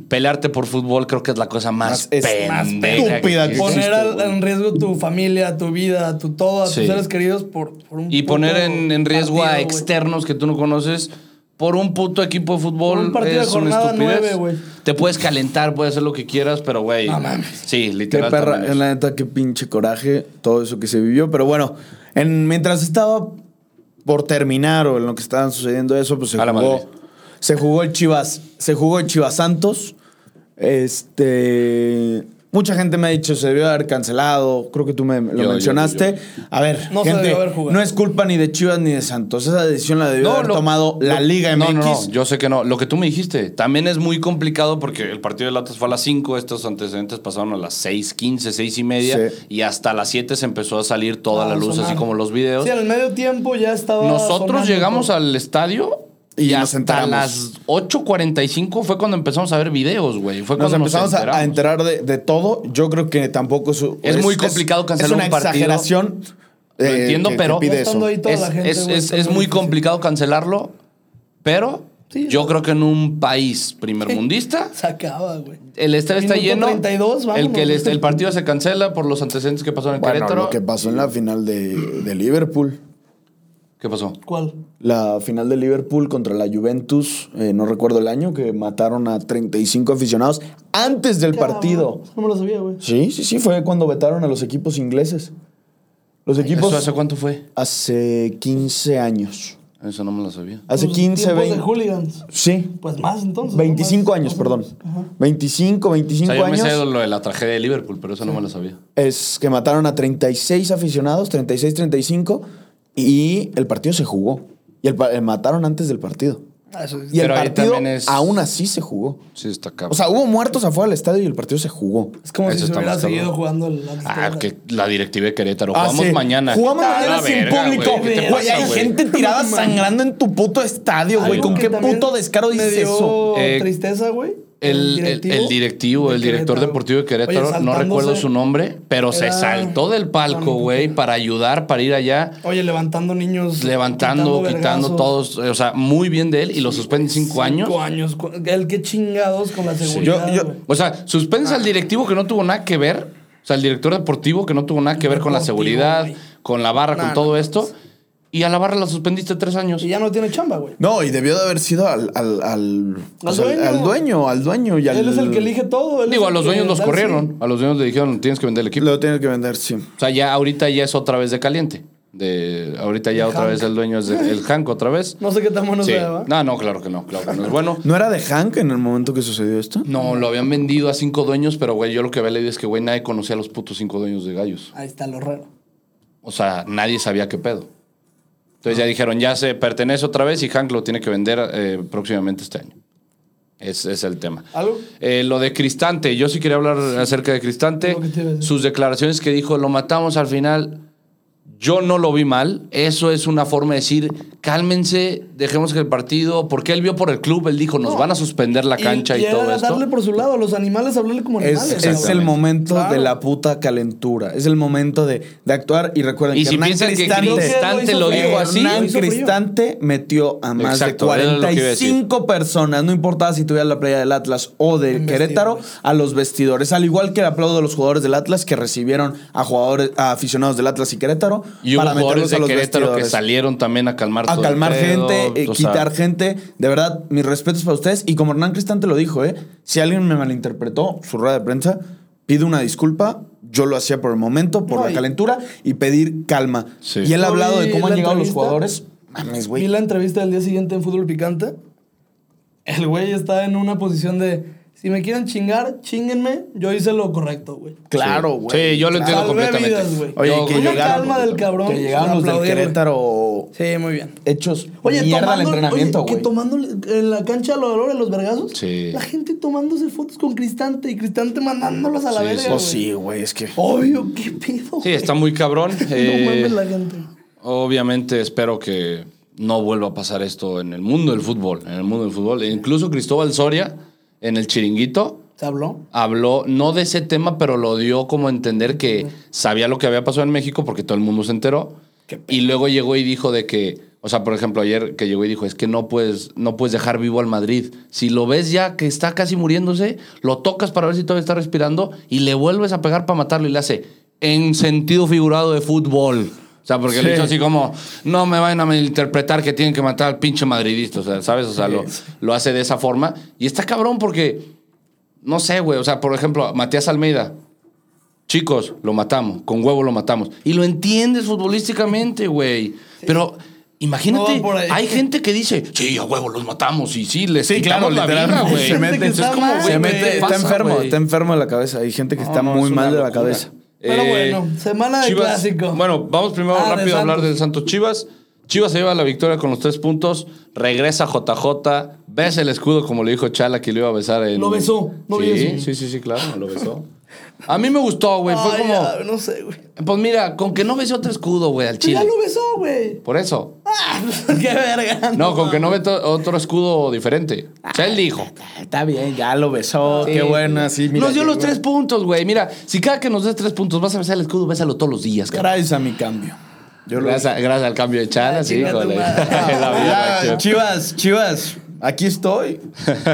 C: Pelearte por fútbol creo que es la cosa más,
B: Más- es
C: pendeja
B: más
C: que
B: estúpida que
C: existe.
B: existe.
A: poner al-
B: güey.
A: en riesgo tu familia, tu vida, tu todo, a
C: Sí.
A: tus seres queridos por, por un
C: Y
A: puto
C: poner en, en riesgo a
A: partido, güey.
C: externos que tú no conoces por un puto equipo de fútbol.
A: Por un partido de
C: es una
A: jornada
C: estupidez.
A: nueve, güey.
C: Te puedes calentar, puedes hacer lo que quieras, pero güey.
A: No mames.
C: Sí,
B: Qué
C: literal.
B: perra,
C: también
B: en
C: es.
B: la neta, qué pinche coraje, todo eso que se vivió. Pero bueno, en, mientras estaba por terminar o en lo que estaban sucediendo eso, pues se
C: A la
B: jugó.
C: Madrid.
B: Se jugó el Chivas. Se jugó el Chivas Santos. Este. Mucha gente me ha dicho, se debió haber cancelado. Creo que tú me lo
C: yo,
B: mencionaste. A ver,
A: No se
B: gente,
A: debió haber jugado.
B: no es culpa ni de Chivas ni de Santos. Esa decisión la debió haber
C: lo-
B: tomado la
C: lo-
B: Liga MX.
C: No, no, no, yo sé que no. Lo que tú me dijiste, también es muy complicado porque el partido de Latas fue a las 5, estos antecedentes pasaron a las 6.15, 6 y media,
B: Sí.
C: y hasta las 7 se empezó a salir toda
A: Ah,
C: la luz, así
A: sonaron.
C: como los videos.
A: Sí, en el medio tiempo ya estaba.
C: Nosotros
A: sonando
C: llegamos
A: todo.
C: al estadio
B: Y
C: y,
B: nos
C: hasta
B: enteramos.
C: las 8.45 fue cuando empezamos a ver videos, güey. Fue
B: Nos
C: cuando nos,
B: empezamos a-
C: enteramos.
B: a enterar de, de todo. Yo creo que tampoco es.
C: Es muy complicado cancelar
B: es una
C: un partido.
B: exageración. eh,
C: Lo entiendo, pero-
B: pide
A: No estando
B: eso.
A: ahí toda
C: es,
A: la gente,
C: es-
A: güey,
C: es-
A: está
C: es muy
A: difícil.
C: complicado cancelarlo, pero
A: Sí.
C: yo creo que en un país primermundista...
A: Se acaba, güey.
C: El estadio está
A: Minuto
C: lleno.
A: 32, vámonos.
C: el, que el, est- el partido se cancela por los antecedentes que pasaron en
B: Bueno,
C: Querétaro.
B: lo que pasó en la final de, de Liverpool.
C: ¿Qué pasó?
A: ¿Cuál?
B: La final de Liverpool contra la Juventus, eh, no recuerdo el año, que mataron a 35 aficionados antes del partido.
A: Eso No me lo sabía, güey.
B: Sí, sí, sí, fue cuando vetaron a los equipos ingleses. Los equipos
C: ¿Eso hace cuánto fue?
B: hace 15 años.
C: Eso no me lo sabía.
B: Hace
A: Los
B: 15,
A: tiempos de
B: 20.
A: hooligans.
B: Sí,
A: Pues más entonces. ¿no?
B: 25
A: Más-
B: años,
A: más-
B: perdón.
A: Ajá.
B: 25,
C: O
B: 25
C: sea, yo me sé
B: años.
C: lo de la tragedia de Liverpool, pero eso no me lo sabía.
B: Es que mataron a 36 aficionados, 36, 35, y el partido se jugó. Y el, pa- eh, mataron antes del partido.
A: Ah, eso es-
B: Y
C: Pero
B: el
C: ahí
B: partido
C: también es-
B: aún así se jugó.
C: Sí, está cabrón.
B: O sea, hubo muertos afuera del estadio y el partido se jugó.
A: Es como
C: Eso
A: si se
C: está
A: hubiera
C: más cabrón.
A: seguido jugando el Pues
C: ah, que la directiva de Querétaro.
B: Ah,
C: Jugamos
B: sí.
C: mañana.
B: Jugamos
C: Ah,
B: mañana
C: la
B: sin
C: verga, güey.
B: público.
C: ¿Qué te
B: Güey,
C: pasa,
B: hay
C: güey?
B: gente tirada sangrando en tu puto estadio, güey.
A: Algo
B: ¿Con
A: que
B: qué
A: también
B: puto descaro
A: me
B: dices
A: dio
B: eso?
C: Eh,
A: tristeza, güey.
C: El, el- el directivo, el,
A: de
C: director
A: Querétaro.
C: deportivo de
A: Oye,
C: Querétaro, no
A: saltándose-
C: recuerdo su nombre, pero se
A: Era-
C: saltó del palco,
A: Juan-
C: güey, para ayudar, para ir allá.
A: Oye, levantando niños.
C: levantando, quitando
A: vergazos.
C: todos. eh, O sea, muy bien de él y lo suspenden cinco, años.
A: Cinco años. cu- El que chingados con la seguridad.
B: Yo- yo-
A: güey.
C: O sea, suspendes
A: Ah.
C: al directivo que no tuvo nada que ver. O sea, al director deportivo que no tuvo nada que ver con la
A: Deportivo,
C: seguridad,
A: güey.
C: con la barra,
A: Nah,
C: con
A: no
C: todo
A: mames.
C: esto. Y a la barra la suspendiste tres años.
A: Y ya no tiene chamba, güey.
B: No, y debió de haber sido al, al, al, pues, al-
A: dueño.
B: al dueño, al dueño y al.
A: Él es el que elige todo. él es
C: Digo, a
A: el
C: los
A: que
C: dueños los
A: da el
C: corrieron. A los dueños le dijeron, tienes que vender el equipo.
B: Lo tiene que vender, sí.
C: O sea, ya ahorita ya es otra vez de caliente. De, ahorita ya otra
A: Hank.
C: vez el dueño es de- el Hank otra vez.
A: sí. No sé qué tan bueno
C: Sí.
A: sea, ¿va?
C: No, no, claro que no, claro que no es bueno.
B: ¿No era de Hank en el momento que sucedió esto?
C: No, lo habían vendido a cinco dueños, pero güey, yo lo que había leído es que güey, nadie conocía a los putos cinco dueños de gallos.
A: Ahí está lo raro.
C: O sea, nadie sabía qué pedo. Entonces
A: Ah.
C: ya dijeron, ya se pertenece otra vez y Hank lo tiene que vender eh, próximamente este año. Ese es el tema.
A: ¿Algo?
C: Eh, lo de Cristante, yo sí quería hablar acerca de Cristante.
A: Lo que te iba a decir.
C: Sus declaraciones que dijo, lo matamos al final, yo no lo vi mal. Eso es una forma de decir, cálmense, dejemos que el partido, porque él vio por el club, él dijo, nos
A: No.
C: van a suspender la cancha y,
A: y era
C: todo esto.
A: darle por su lado a los animales, hablarle como
B: Es,
A: animales.
B: es el
A: cabrón.
B: momento
A: Claro.
B: de la puta calentura. Es el momento de, de actuar. Y recuerden
C: Y
B: que
C: si
B: Hernán
C: piensan que
B: Cristante,
C: Cristante
A: Creo
C: lo
A: que lo
C: dijo
A: hizo
C: así,
A: Lo
B: Hernán
A: hizo frío.
B: Cristante metió a más
C: Exacto,
B: de
C: era lo que iba a decir.
B: 45 personas, no importaba si tuviera la playa del Atlas o de
A: En
B: Querétaro,
A: vestidores.
B: a los vestidores. Al igual que el aplauso de los jugadores del Atlas que recibieron a jugadores, a aficionados del Atlas y Querétaro
C: Y hubo jugadores
B: meterlos
C: de Querétaro que
B: vestidores.
C: salieron también a calmar
B: a
C: todo el
B: calmar
C: pedo,
B: gente, eh,
C: o sea,
B: quitar gente. De verdad, mis respetos para ustedes. Y como Hernán Cristante lo dijo, ¿eh? si alguien me malinterpretó su rueda de prensa, pido una disculpa. Yo lo hacía por el momento, por
A: No,
B: la
A: y-
B: calentura y pedir calma.
C: Sí.
B: Y él ha
A: Yo
B: hablado de
A: vi
B: cómo han
A: la
B: llegado los
A: entrevista.
B: jugadores. Mames,
A: Vi
B: güey.
A: la entrevista del día siguiente en Fútbol Picante. El güey está en una posición de: si me quieren chingar, chinguenme. Yo hice lo correcto, güey.
B: Claro,
C: sí.
B: güey.
C: Sí, yo lo entiendo
A: Salvé
C: completamente.
A: vidas, güey.
B: Oye,
C: Yo-
B: que
C: yo-
A: Una
B: llegaron-
A: calma del cabrón.
B: Que llegaron los del
A: aplaudirle.
B: Querétaro
A: Sí, muy bien.
B: hechos mierda al
A: tomando-
B: entrenamiento,
A: oye, que
B: güey.
A: tomando en la cancha lo valora los vergazos.
C: Sí.
A: La gente tomándose fotos con Cristante y Cristante mandándolos a la
C: Sí,
A: verga.
C: sí.
A: güey.
B: Pues sí, güey, es que.
A: Obvio, qué pedo.
C: Sí, está muy cabrón.
A: No
C: eh,
A: mames la gente.
C: Obviamente espero que no vuelva a pasar esto en el mundo del fútbol. En el mundo del fútbol. E Incluso Cristóbal Soria, en el chiringuito,
A: ¿Se habló?
C: habló no de ese tema, pero lo dio como a entender que sabía lo que había pasado en México porque todo el mundo se enteró.
A: Qué pe-
C: Y luego llegó y dijo de que, o sea, por ejemplo, ayer que llegó y dijo, es que no puedes, no puedes dejar vivo al Madrid. Si lo ves ya que está casi muriéndose, lo tocas para ver si todavía está respirando y le vuelves a pegar para matarlo y le hace en sentido figurado de fútbol. O sea, porque le hizo así como, no me vayan a malinterpretar que tienen que matar al pinche madridista, o sea, ¿sabes? O sea, lo, lo hace de esa forma. Y está cabrón porque, no sé, güey, o sea, por ejemplo, Matías Almeida, Chicos, lo matamos, con huevo lo matamos. Y lo entiendes futbolísticamente, güey. Pero imagínate,
A: No va por ahí.
C: hay gente que dice, sí, a huevo los matamos y sí, les
B: Sí, claro,
C: quitamos la vida,
B: literalmente,
C: güey.
B: se mete-
C: Entonces,
A: Gente que está mal,
C: güey,
B: Se
A: güey,
B: mete,
C: ¿qué
B: está
C: pasa,
B: enfermo,
C: güey?
B: está enfermo de la cabeza. Hay gente que está
A: no,
B: muy
A: es
B: mal
A: una
B: de la
A: locura.
B: cabeza.
A: Pero bueno, semana de clásico.
C: Eh, Bueno, vamos primero
A: Ah, de
C: rápido a hablar
A: Santos.
C: del Santos Chivas. Chivas se lleva la victoria con los tres puntos, regresa JJ, ves el escudo como le dijo Chala que lo iba a besar en...
A: Lo besó, no
C: sí,
A: vi eso.
C: Sí, sí, sí, claro, lo besó. A mí me gustó, güey, fue
A: Ay,
C: como...
A: ya, no sé, güey.
C: Pues mira, con que no besé otro escudo, güey, al
A: Pues
C: chile.
A: ya lo besó, güey.
C: Por eso.
A: Ah, qué verga.
C: No, con que no besé otro escudo diferente. O sea, él dijo.
B: Está bien, ya lo besó.
C: Sí.
B: Ah, Qué buena, sí, mira.
C: nos dio
B: qué
C: los
B: buena.
C: tres puntos, güey. Mira, si cada que nos des tres puntos vas a besar el escudo, bésalo todos los días, cabrón.
B: Gracias a mi cambio. Yo lo Ah,
C: Gracias, gracias al cambio de chala,
A: Ay,
C: sí,
A: chinga tu
C: híjole.
A: madre.
C: La vida,
B: Ya,
C: chido.
B: Chivas, Chivas. Aquí estoy.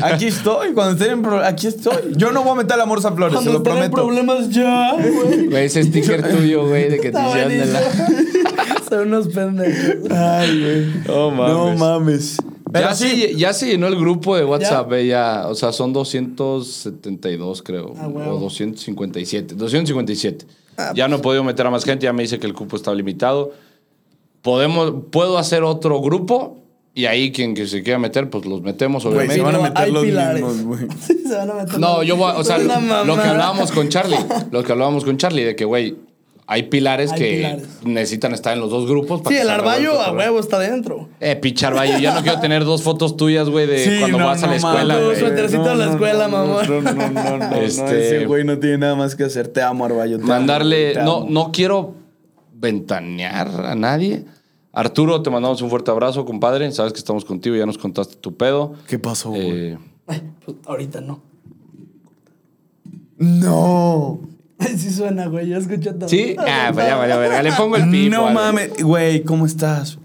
B: Aquí estoy. Cuando estén en pro- aquí estoy. Yo no voy a meter la morsa a flores,
A: Cuando
B: se lo
A: están en
B: prometo.
A: problemas ya, güey.
C: Güey, ese sticker tuyo, güey, de que te
A: Está
C: hicieron de la...
A: buenísimo. Son unos pendejos.
B: Ay, güey.
C: No mames.
B: No mames. Pero
C: ya,
B: sí,
C: se, ya se llenó el grupo de WhatsApp, eh, ya. O sea, son 272, creo.
A: Ah, huevo.
C: O 257. 257. ya
A: pues.
C: no he podido meter a más gente, ya me dice que el cupo está limitado. Podemos, puedo hacer otro grupo y ahí quien que se quiera meter, pues los metemos,
B: Güey,
C: obviamente.
B: se van a
A: No,
B: meter
A: hay
B: los
A: pilares.
B: mismos, güey.
A: Sí, se van a meter.
C: No, yo voy, a- o sea,
A: Es una
C: lo que
A: mamada.
C: hablábamos con Charlie, lo que hablábamos con Charlie, de que, güey, hay pilares
A: Hay
C: que
A: pilares.
C: necesitan estar en los dos grupos. para
A: Sí,
C: que
A: el
C: se
A: arballo
C: revuelva el
A: a
C: torneo.
A: huevo está dentro.
C: Eh, pichar Valle, yo no quiero tener dos fotos tuyas, güey, de
B: Sí,
C: cuando
B: no,
C: vas a
B: no
C: la escuela,
B: mames,
A: Tu
C: güey.
A: suétercito
B: no,
A: a la
B: no,
A: escuela, mamón.
B: No, no, no, no, no, no,
C: Este-
B: Ese güey no tiene nada más que hacer. Te amo, Arballo. te amo,
C: Mandarle.
B: te
C: No,
B: amo.
C: no quiero ventanear a nadie. Arturo, te mandamos un fuerte abrazo, compadre. Sabes que estamos contigo, ya nos contaste tu pedo.
B: ¿Qué pasó, güey?
C: Eh,
A: Ay, pues, ahorita no.
B: No.
A: Sí suena, güey. Yo escuché todo.
C: sí, ah, pues ya valió verga. Le pongo el pipo.
B: No
C: algo.
B: mames. Güey, ¿cómo estás?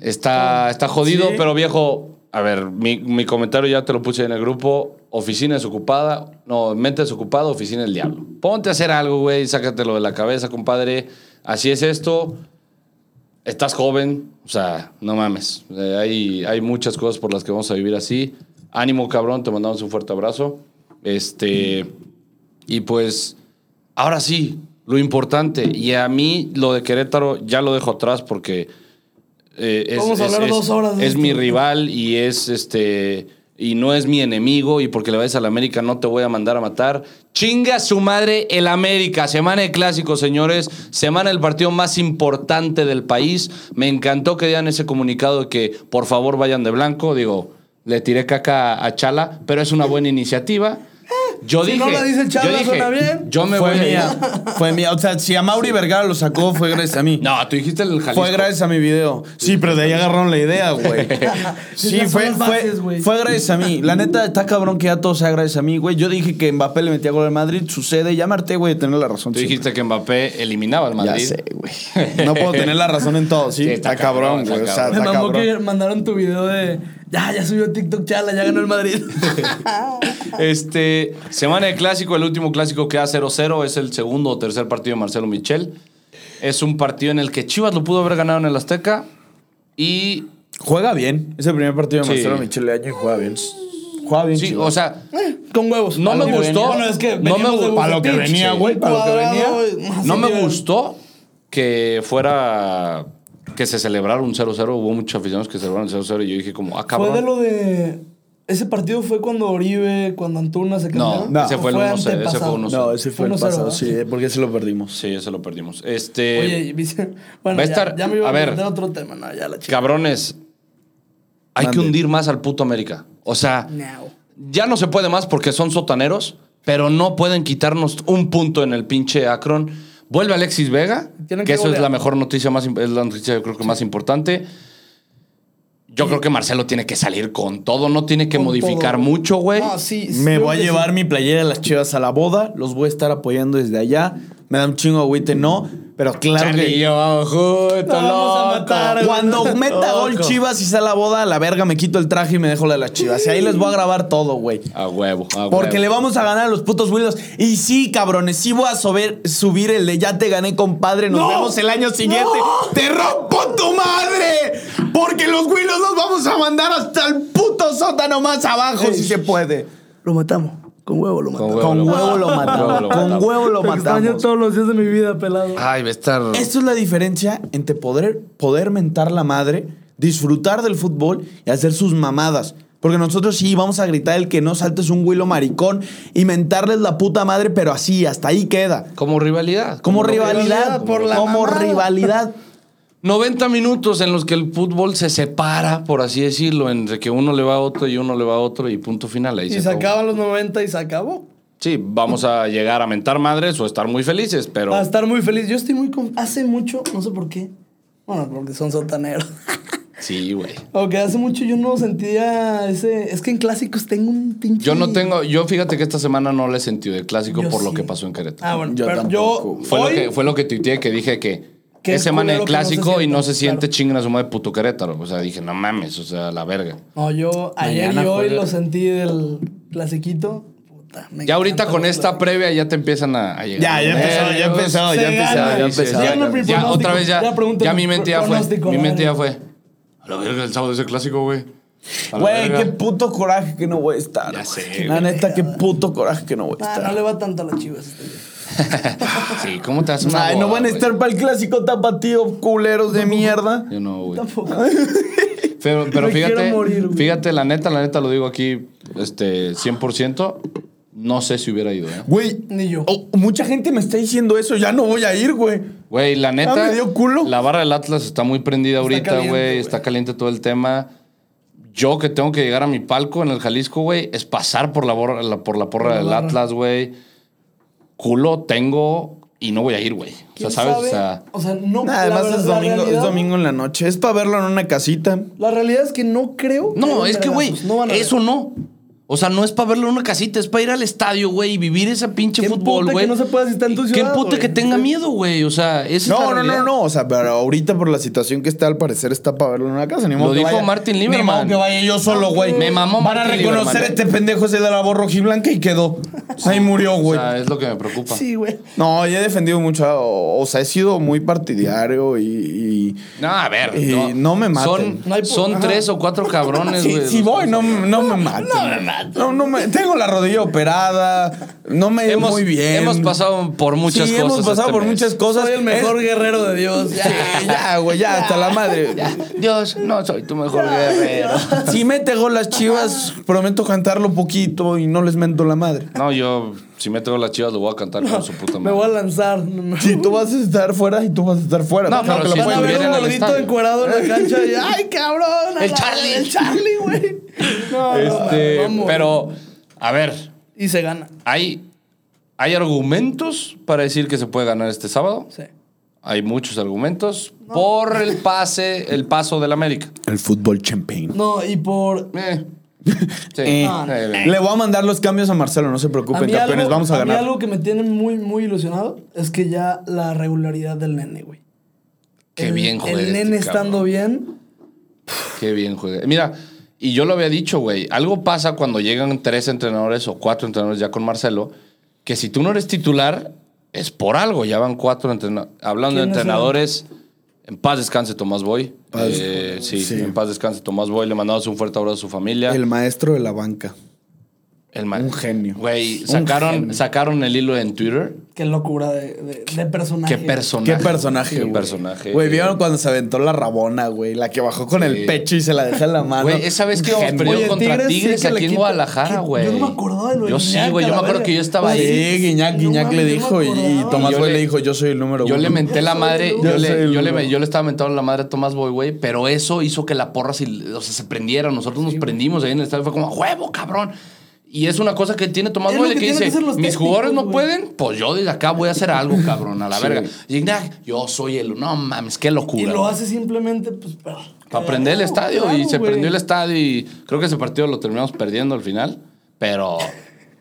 C: Está, está jodido,
B: Sí.
C: pero viejo. A ver, mi, mi comentario ya te lo puse en el grupo. Oficina desocupada. No, mente desocupada, oficina del diablo. Ponte a hacer algo, güey. Sácatelo de la cabeza, compadre. Así es esto. Estás joven. O sea, no mames. Eh, hay, hay muchas cosas por las que vamos a vivir así. Ánimo, cabrón. Te mandamos un fuerte abrazo. Este. Y pues, ahora sí, lo importante. Y a mí lo de Querétaro ya lo dejo atrás porque eh, es,
A: Vamos a
C: es-
A: hablar
C: es-
A: dos horas de
C: es
A: esto.
C: mi rival y es este y no es mi enemigo y porque le vayas al América no te voy a mandar a matar. Chinga su madre el América. Semana de clásicos, señores. Semana del partido más importante del país. Me encantó que dieran ese comunicado de que por favor vayan de blanco. Digo, le tiré caca a Chala, pero es una buena iniciativa. Yo
A: Si
C: dije,
A: no la dice Chala,
C: yo dije,
A: suena bien.
C: Yo me
B: fue
C: voy a ir.
B: mía. Fue mía. O sea, si a Mauri Vergara lo sacó, fue gracias a mí.
C: No, tú dijiste el Jalisco.
B: Fue gracias a mi video. Sí, pero de ahí agarraron la idea, güey. Sí,
A: Esas son
B: fue,
A: las bases,
B: fue,
A: güey.
B: fue gracias a mí. La neta, está cabrón que ya todo sea gracias a mí, güey. Yo dije que Mbappé le metía gol al Madrid, sucede. Ya me harté, güey, de tener la razón.
C: Tú
B: siempre.
C: dijiste que Mbappé eliminaba al
B: Ya
C: Madrid.
B: sé, güey. No puedo tener la razón en todo, sí.
C: Sí, está
B: está, cabrón,
C: cabrón,
B: güey. O
C: está
B: sea,
A: Me
B: está
A: mamó que
B: cabrón.
A: mandaron tu video de. Ya, ya subió TikTok Chala, ya ganó el Madrid.
C: Este, semana de clásico, el último clásico queda 0-0, es el segundo o tercer partido de Marcelo Michel. Es un partido en el que Chivas lo pudo haber ganado en el Azteca y
B: Juega bien. Es el primer partido de
C: Sí.
B: Marcelo Michel de año y juega bien. Juega bien,
C: sí,
B: chido.
C: o sea,
A: Con huevos.
C: No me gustó.
A: Bueno, es que
C: No
A: veníamos
C: me
A: de
C: gustó.
B: Para lo que
A: Bucetich.
B: venía, güey, para lo que
A: Cuadrado,
B: venía.
A: güey,
C: no me
A: así,
C: gustó que fuera que se celebrara un 0-0, hubo muchos aficionados que celebraron el 0-0 y yo dije como, ah,
A: Fue de
C: cabrón.
A: lo de. Ese partido fue cuando Oribe, cuando Antuna se
C: No,
A: cambiaron.
B: No.
C: ese
A: ¿O
C: fue el 1-0, ese fue
A: antepasado?
C: 1-0.
B: No, ese fue el
A: 1-0,
B: pasado,
A: ¿verdad?
B: sí, eh, porque ese lo perdimos.
C: Sí, eso lo perdimos. Este.
A: Oye, y dice- bueno,
C: va a
A: ya-
C: estar-
A: ya, me iba
C: a
A: a,
C: ver.
A: meter otro tema, no, ya la chica.
C: Cabrones, hay
B: Mande.
C: que hundir más al puto América. O sea,
A: No.
C: ya no se puede más porque son sotaneros, pero no pueden quitarnos un punto en el pinche Akron. Vuelve Alexis Vega,
A: Tienen
C: que
A: que
C: eso es
A: golear.
C: la mejor noticia, más, im- es la noticia yo creo que más importante. Yo creo que Marcelo tiene que salir con todo, no tiene que
A: Con
C: modificar
A: todo.
C: mucho, güey.
A: No, sí, sí,
B: Me
A: creo
B: voy a
A: que
B: llevar
A: sí.
B: mi playera de las chivas a la boda. Los voy a estar apoyando desde allá. Me da un chingo agüite, no. Pero claro
C: Charlie y
B: que.
C: yo, ah, justo,
A: Vamos a
C: loco.
A: matar, güey.
B: Cuando meta gol
C: Loco.
B: chivas y sea la boda, a la verga me quito el traje y me dejo la de las chivas. Y ahí les voy a grabar todo, güey.
C: A huevo, a
B: Porque
C: huevo.
B: le vamos a ganar a los putos Willows. Y sí, cabrones, sí voy a sober- subir el de ya te gané, compadre. Nos
A: ¡No!
B: vemos el año siguiente. ¡Te rompo tu madre! Porque los Willows los vamos a mandar hasta el puto sótano más abajo,
A: Ey.
B: si se puede.
A: Lo matamos. Con huevo lo matamos.
C: huevo
B: Con
C: lo
B: huevo lo matamos. Con huevo lo
A: Te Extraño
B: matamos.
A: todos los días de mi vida, pelado.
C: Ay, va a estar.
B: Esto es la diferencia entre poder, poder mentar la madre, disfrutar del fútbol y hacer sus mamadas. Porque nosotros sí vamos a gritar el que no saltes un huilo maricón y mentarles la puta madre, pero así, hasta ahí queda.
C: Como rivalidad.
B: Como,
C: lo que-
B: rivalidad,
A: por la
B: como
A: mamada.
B: rivalidad.
C: 90 minutos en los que el fútbol se separa, por así decirlo, entre que uno le va a otro y uno le va a otro y punto final. Ahí
A: Y se
C: acabó.
A: acaban los 90 y se acabó.
C: Sí, vamos a llegar a mentar madres o estar muy felices, pero
A: Va a estar muy feliz. Yo estoy muy... con- Hace mucho, no sé por qué. Bueno, porque son sotaneros.
C: sí, güey.
A: Aunque hace mucho yo no sentía ese... Es que en clásicos tengo un pinche...
C: Yo no tengo, yo fíjate que esta semana no le he sentido el clásico
A: Yo
C: por lo
A: sí.
C: que pasó en Querétuaro.
A: Ah, bueno.
B: Yo
A: Yo pero
B: tampoco.
A: yo
C: fue,
A: hoy-
C: lo que, fue lo que tuiteé que dije que
A: Que
C: es
A: es
C: semana de
A: culero que no se
C: clásico y
A: sienta,
C: no se siente
A: claro.
C: chingan a su madre puto Querétaro. O sea, dije, no mames, o sea, la verga.
A: No, yo ayer
B: Mañana
A: y hoy
B: juega.
A: lo sentí del clasiquito. Puta, me
C: Ya ahorita
A: encanta
C: con
A: los
C: esta
A: clásicos.
C: previa ya te empiezan a, a llegar.
B: Ya, ya empezó, ya empezó, ya
A: Se
B: empezó,
A: gana.
B: ya empezó.
A: Se gana
B: Ya,
A: el
C: Ya,
A: pronóstico.
C: otra vez ya. Ya,
A: pregúntame
C: mi mente ya
A: pr-
C: fue.
A: pronóstico,
C: Mi
A: la
C: mente ya
A: verga.
C: fue. A la verga, el sábado es el clásico, güey. A la
B: Güey,
C: verga.
B: qué puto coraje que no voy a estar.
C: Ya
B: güey.
C: sé,
B: La
C: güey.
B: neta, qué puto coraje que no voy a
A: Ah,
B: estar.
A: no le va tanto a las chivas. este güey.
C: Sí, ¿cómo te haces una
B: Ay, no
C: boda,
B: van a
C: güey?
B: estar para el clásico tapatío, culeros de mierda.
C: Yo no, güey.
A: Tampoco.
C: Pero, pero
A: Me quiero
C: fíjate,
A: morir, güey.
C: fíjate, la neta, la neta lo digo aquí, este, 100%, no sé si hubiera ido, ¿eh?
B: Güey,
A: Ni yo.
B: oh, mucha gente me está diciendo eso. Ya no voy a ir, güey.
C: Güey,
A: Ah,
C: la neta,
B: me dio culo.
C: la barra del Atlas está muy prendida ahorita,
A: caliente,
C: güey,
A: güey.
C: está caliente todo el tema. Yo que tengo que llegar a mi palco en el Jalisco, güey, es pasar por la, borra- la- por la porra
A: Por la
C: del
A: barra.
C: Atlas, güey. Culo tengo y no voy a ir, güey. O sea,
A: ¿Quién
C: ¿sabes?
A: sabe?
C: O sea,
A: O sea, no.
B: Nah,
A: la
B: además
A: verdad-
B: es
A: la
B: domingo, es
A: realidad-
B: domingo en la noche. Es para verlo en una casita.
A: La realidad es que no creo.
C: No,
A: hayan
C: es que, güey,
A: vergazos, no van a
C: eso
A: ver.
C: no. O sea, no es para verlo en una casita, es para ir al estadio, güey, y vivir ese pinche
A: Qué
C: fútbol,
A: empute
C: güey.
A: que no se pueda asistir en tu
C: Qué
A: ciudad,
C: empute
A: güey.
C: que tenga
A: Sí.
C: miedo, güey. O sea, esa es la
B: No, no,
C: realidad.
B: no, no. O sea, pero ahorita por la situación que está, al parecer está para verlo en una casa. Ni modo
C: Lo
B: que
C: dijo
B: vaya-
C: Martin
B: ni
C: Lieberman.
B: modo que vaya yo solo, güey.
C: Me mamó
B: Van a
C: Martin
B: reconocer
C: Lieberman.
B: a este pendejo ese de la voz rojiblanca y quedó. Ahí murió,
C: O
B: güey.
C: sea, es lo que me preocupa.
A: Sí, güey.
B: No, yo he defendido mucho. a- O, o sea, he sido muy partidario y. y-
C: No, a ver.
B: Y Eh, no me maten.
C: Son,
A: No hay pu-
C: son
A: Ajá.
C: tres o cuatro cabrones,
B: Si,
C: güey.
B: si voy, no, no me maten. No me maten. No, me, tengo la rodilla operada. No me dio
C: Hemos,
B: muy bien.
C: hemos pasado por muchas
B: sí,
C: cosas.
B: hemos pasado
C: este
B: por
C: mes.
B: muchas cosas.
A: Soy el mejor
B: Es-
A: guerrero de Dios.
B: Sí, ya, güey, ya, hasta la madre.
C: Dios, no soy tu mejor guerrero.
B: Si mete gol las chivas, prometo cantarlo poquito y no les mento la madre.
C: No, yo, si me traigo las chivas, lo voy a cantar con su puta
A: Me
C: madre.
A: voy a lanzar. No,
B: Si tú vas a estar fuera y tú vas a estar fuera.
C: No,
B: Claro
C: pero
B: que
C: si
B: lo
A: Van a
C: pueden
A: ver
B: puedes
C: ver
B: ver.
A: un
C: en el
A: gordito
C: estadio.
A: encuerado en la cancha y ¡ay, cabrón!
C: El
A: la-
C: Charlie.
A: ¡El Charlie, güey! No, no,
C: Este,
A: vamos.
C: pero, a ver,
A: Y se gana.
C: hay, hay argumentos para decir que se puede ganar este sábado.
A: Sí.
C: Hay muchos argumentos por el pase, el paso del América.
B: El fútbol champagne.
A: No, y por.
C: Eh, sí,
B: Eh.
C: eh,
B: Le voy a mandar los cambios a Marcelo, no se preocupen,
A: mí
B: campeones,
A: algo-
B: vamos a
A: mí
B: ganar.
A: algo que me tiene muy, muy ilusionado es que ya la regularidad del nene, güey.
C: Qué
A: El-
C: bien juega
A: El
C: este
A: nene
C: cabrón.
A: estando bien.
C: Qué bien juega. Mira, y yo lo había dicho, güey. Algo pasa cuando llegan tres entrenadores o cuatro entrenadores ya con Marcelo, que si tú no eres titular, es por algo. Ya van cuatro entrenadores. Hablando de
A: ¿Quiénes eran?
C: entrenadores, en paz descanse Tomás Boy.
B: Paz-
C: Eh, sí,
B: sí.
C: en paz descanse Tomás Boy. Le mandamos un fuerte abrazo a su familia.
B: El maestro de la banca.
C: El Madrid.
B: Un genio.
C: Güey,
B: Un
C: sacaron,
B: genio.
C: sacaron el hilo en Twitter.
A: Qué locura de, de, de personaje.
C: Qué personaje.
B: Qué personaje,
C: Qué
B: güey.
C: personaje.
B: Güey, ¿vieron cuando se aventó la rabona, güey? La que bajó con
C: Sí.
B: el pecho y se la dejó en la mano.
C: Güey, esa vez que
B: Genio.
C: perdió
B: Oye,
C: contra
B: Tigres sí
C: Tigres
B: que le
C: aquí en
B: quita-
C: Guadalajara, güey.
A: Yo no me acordaba de lo de
C: Yo sí,
A: Guiñac,
C: güey.
A: a
C: Yo
A: la
C: me acuerdo
A: verga.
C: que yo estaba
A: Oye,
C: ahí.
B: Sí, Guiñac,
A: No
B: Guiñac
A: mames,
B: le
A: yo me
B: dijo y, y
A: acordaba.
B: Tomás
C: Yo
B: Boy
C: le-
B: le dijo, yo soy el número
C: Yo
B: uno.
C: le menté la
A: soy
C: madre,
A: el
C: yo
B: uno. Yo soy
C: le,
B: el
C: yo, le,
B: uno.
C: yo le estaba mentando la madre a Tomás Boy, güey, pero eso hizo que la porra, se- o sea, se prendiera. Nosotros nos prendimos ahí en el estadio, fue como, "¡A huevo, cabrón. Y es una cosa que tiene Tomás
A: Es lo
C: Boy, de
A: que
C: que
A: tienen
C: dice,
A: que hacer los
C: mis
A: técnicos,
C: jugadores no
A: güey".
C: pueden, pues yo desde acá voy a hacer algo, cabrón, a la
B: Sí.
C: verga. Y Ignac, yo soy el, no mames, qué locura.
A: Y lo
C: güey.
A: hace simplemente, pues, para.
C: Para prender
A: Claro,
C: el estadio. y
A: claro,
C: se
A: güey.
C: prendió el estadio y creo que ese partido lo terminamos perdiendo al final. Pero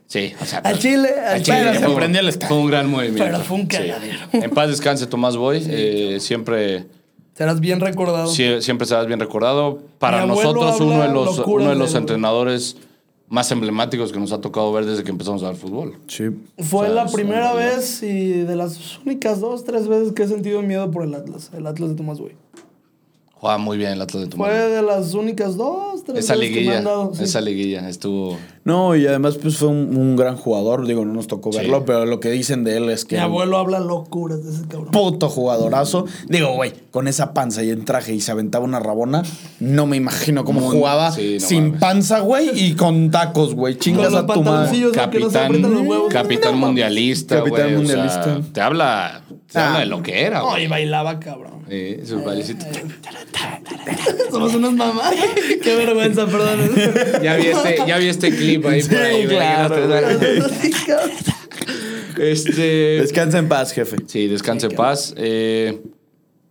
C: sí, o sea.
A: Al Chile, al Chile.
B: se
C: fue-
B: prendió el estadio.
C: Fue un gran movimiento.
A: Pero fue un
C: sí.
A: cagadero.
C: En paz descanse, Tomás Boy. Eh, siempre,
A: Serás bien recordado.
C: sie- siempre serás bien recordado. Para
A: Mi abuelo
C: nosotros,
A: habla
C: uno de los,
A: locuras
C: uno de los
A: del-
C: entrenadores más emblemáticos que nos ha tocado ver desde que empezamos a ver fútbol.
B: Sí.
A: Fue
C: O sea,
A: la
C: es
A: primera
C: una realidad.
A: vez y de las únicas dos, tres veces que he sentido miedo por el Atlas. El Atlas de Tomás Boy.
C: Jugaba muy bien el Atlas de Tomás
A: Fue
C: Boy.
A: de las únicas dos, tres veces
C: Esa
A: Pues, que me
C: liguilla,
A: han dado. sí.
C: esa liguilla estuvo.
B: No, y además pues fue un, un gran jugador. Digo, no nos tocó
C: Sí.
B: verlo, pero lo que dicen de él es que...
A: Mi
B: era un
A: abuelo habla locuras de ese cabrón.
B: Puto jugadorazo. Digo, güey, con esa panza y en traje y se aventaba una rabona, no me imagino cómo
C: Muy-
B: jugaba
C: sí, no
B: sin
C: mames.
B: panza, güey, y con tacos, güey. Chingas
A: Con los
B: a tu madre.
A: pantaloncillos. Ellos aunque no se
C: capitán,
A: aprietan los huevos.
C: capitán
A: No,
C: mundialista,
B: mames.
C: güey.
B: Capitán
C: o sea,
B: mundialista.
C: te habla, te
B: Ah.
C: habla de lo que era,
A: No,
C: güey.
A: y bailaba, cabrón.
C: Sí, sus bailecitos.
A: Somos unas mamás. Qué vergüenza, perdón.
C: Ya vi este, ya vi este clip ahí por ahí, güey,
B: claro,
C: que no te- Este.
B: Descansa en paz, jefe.
C: Sí, descanse en paz. Eh,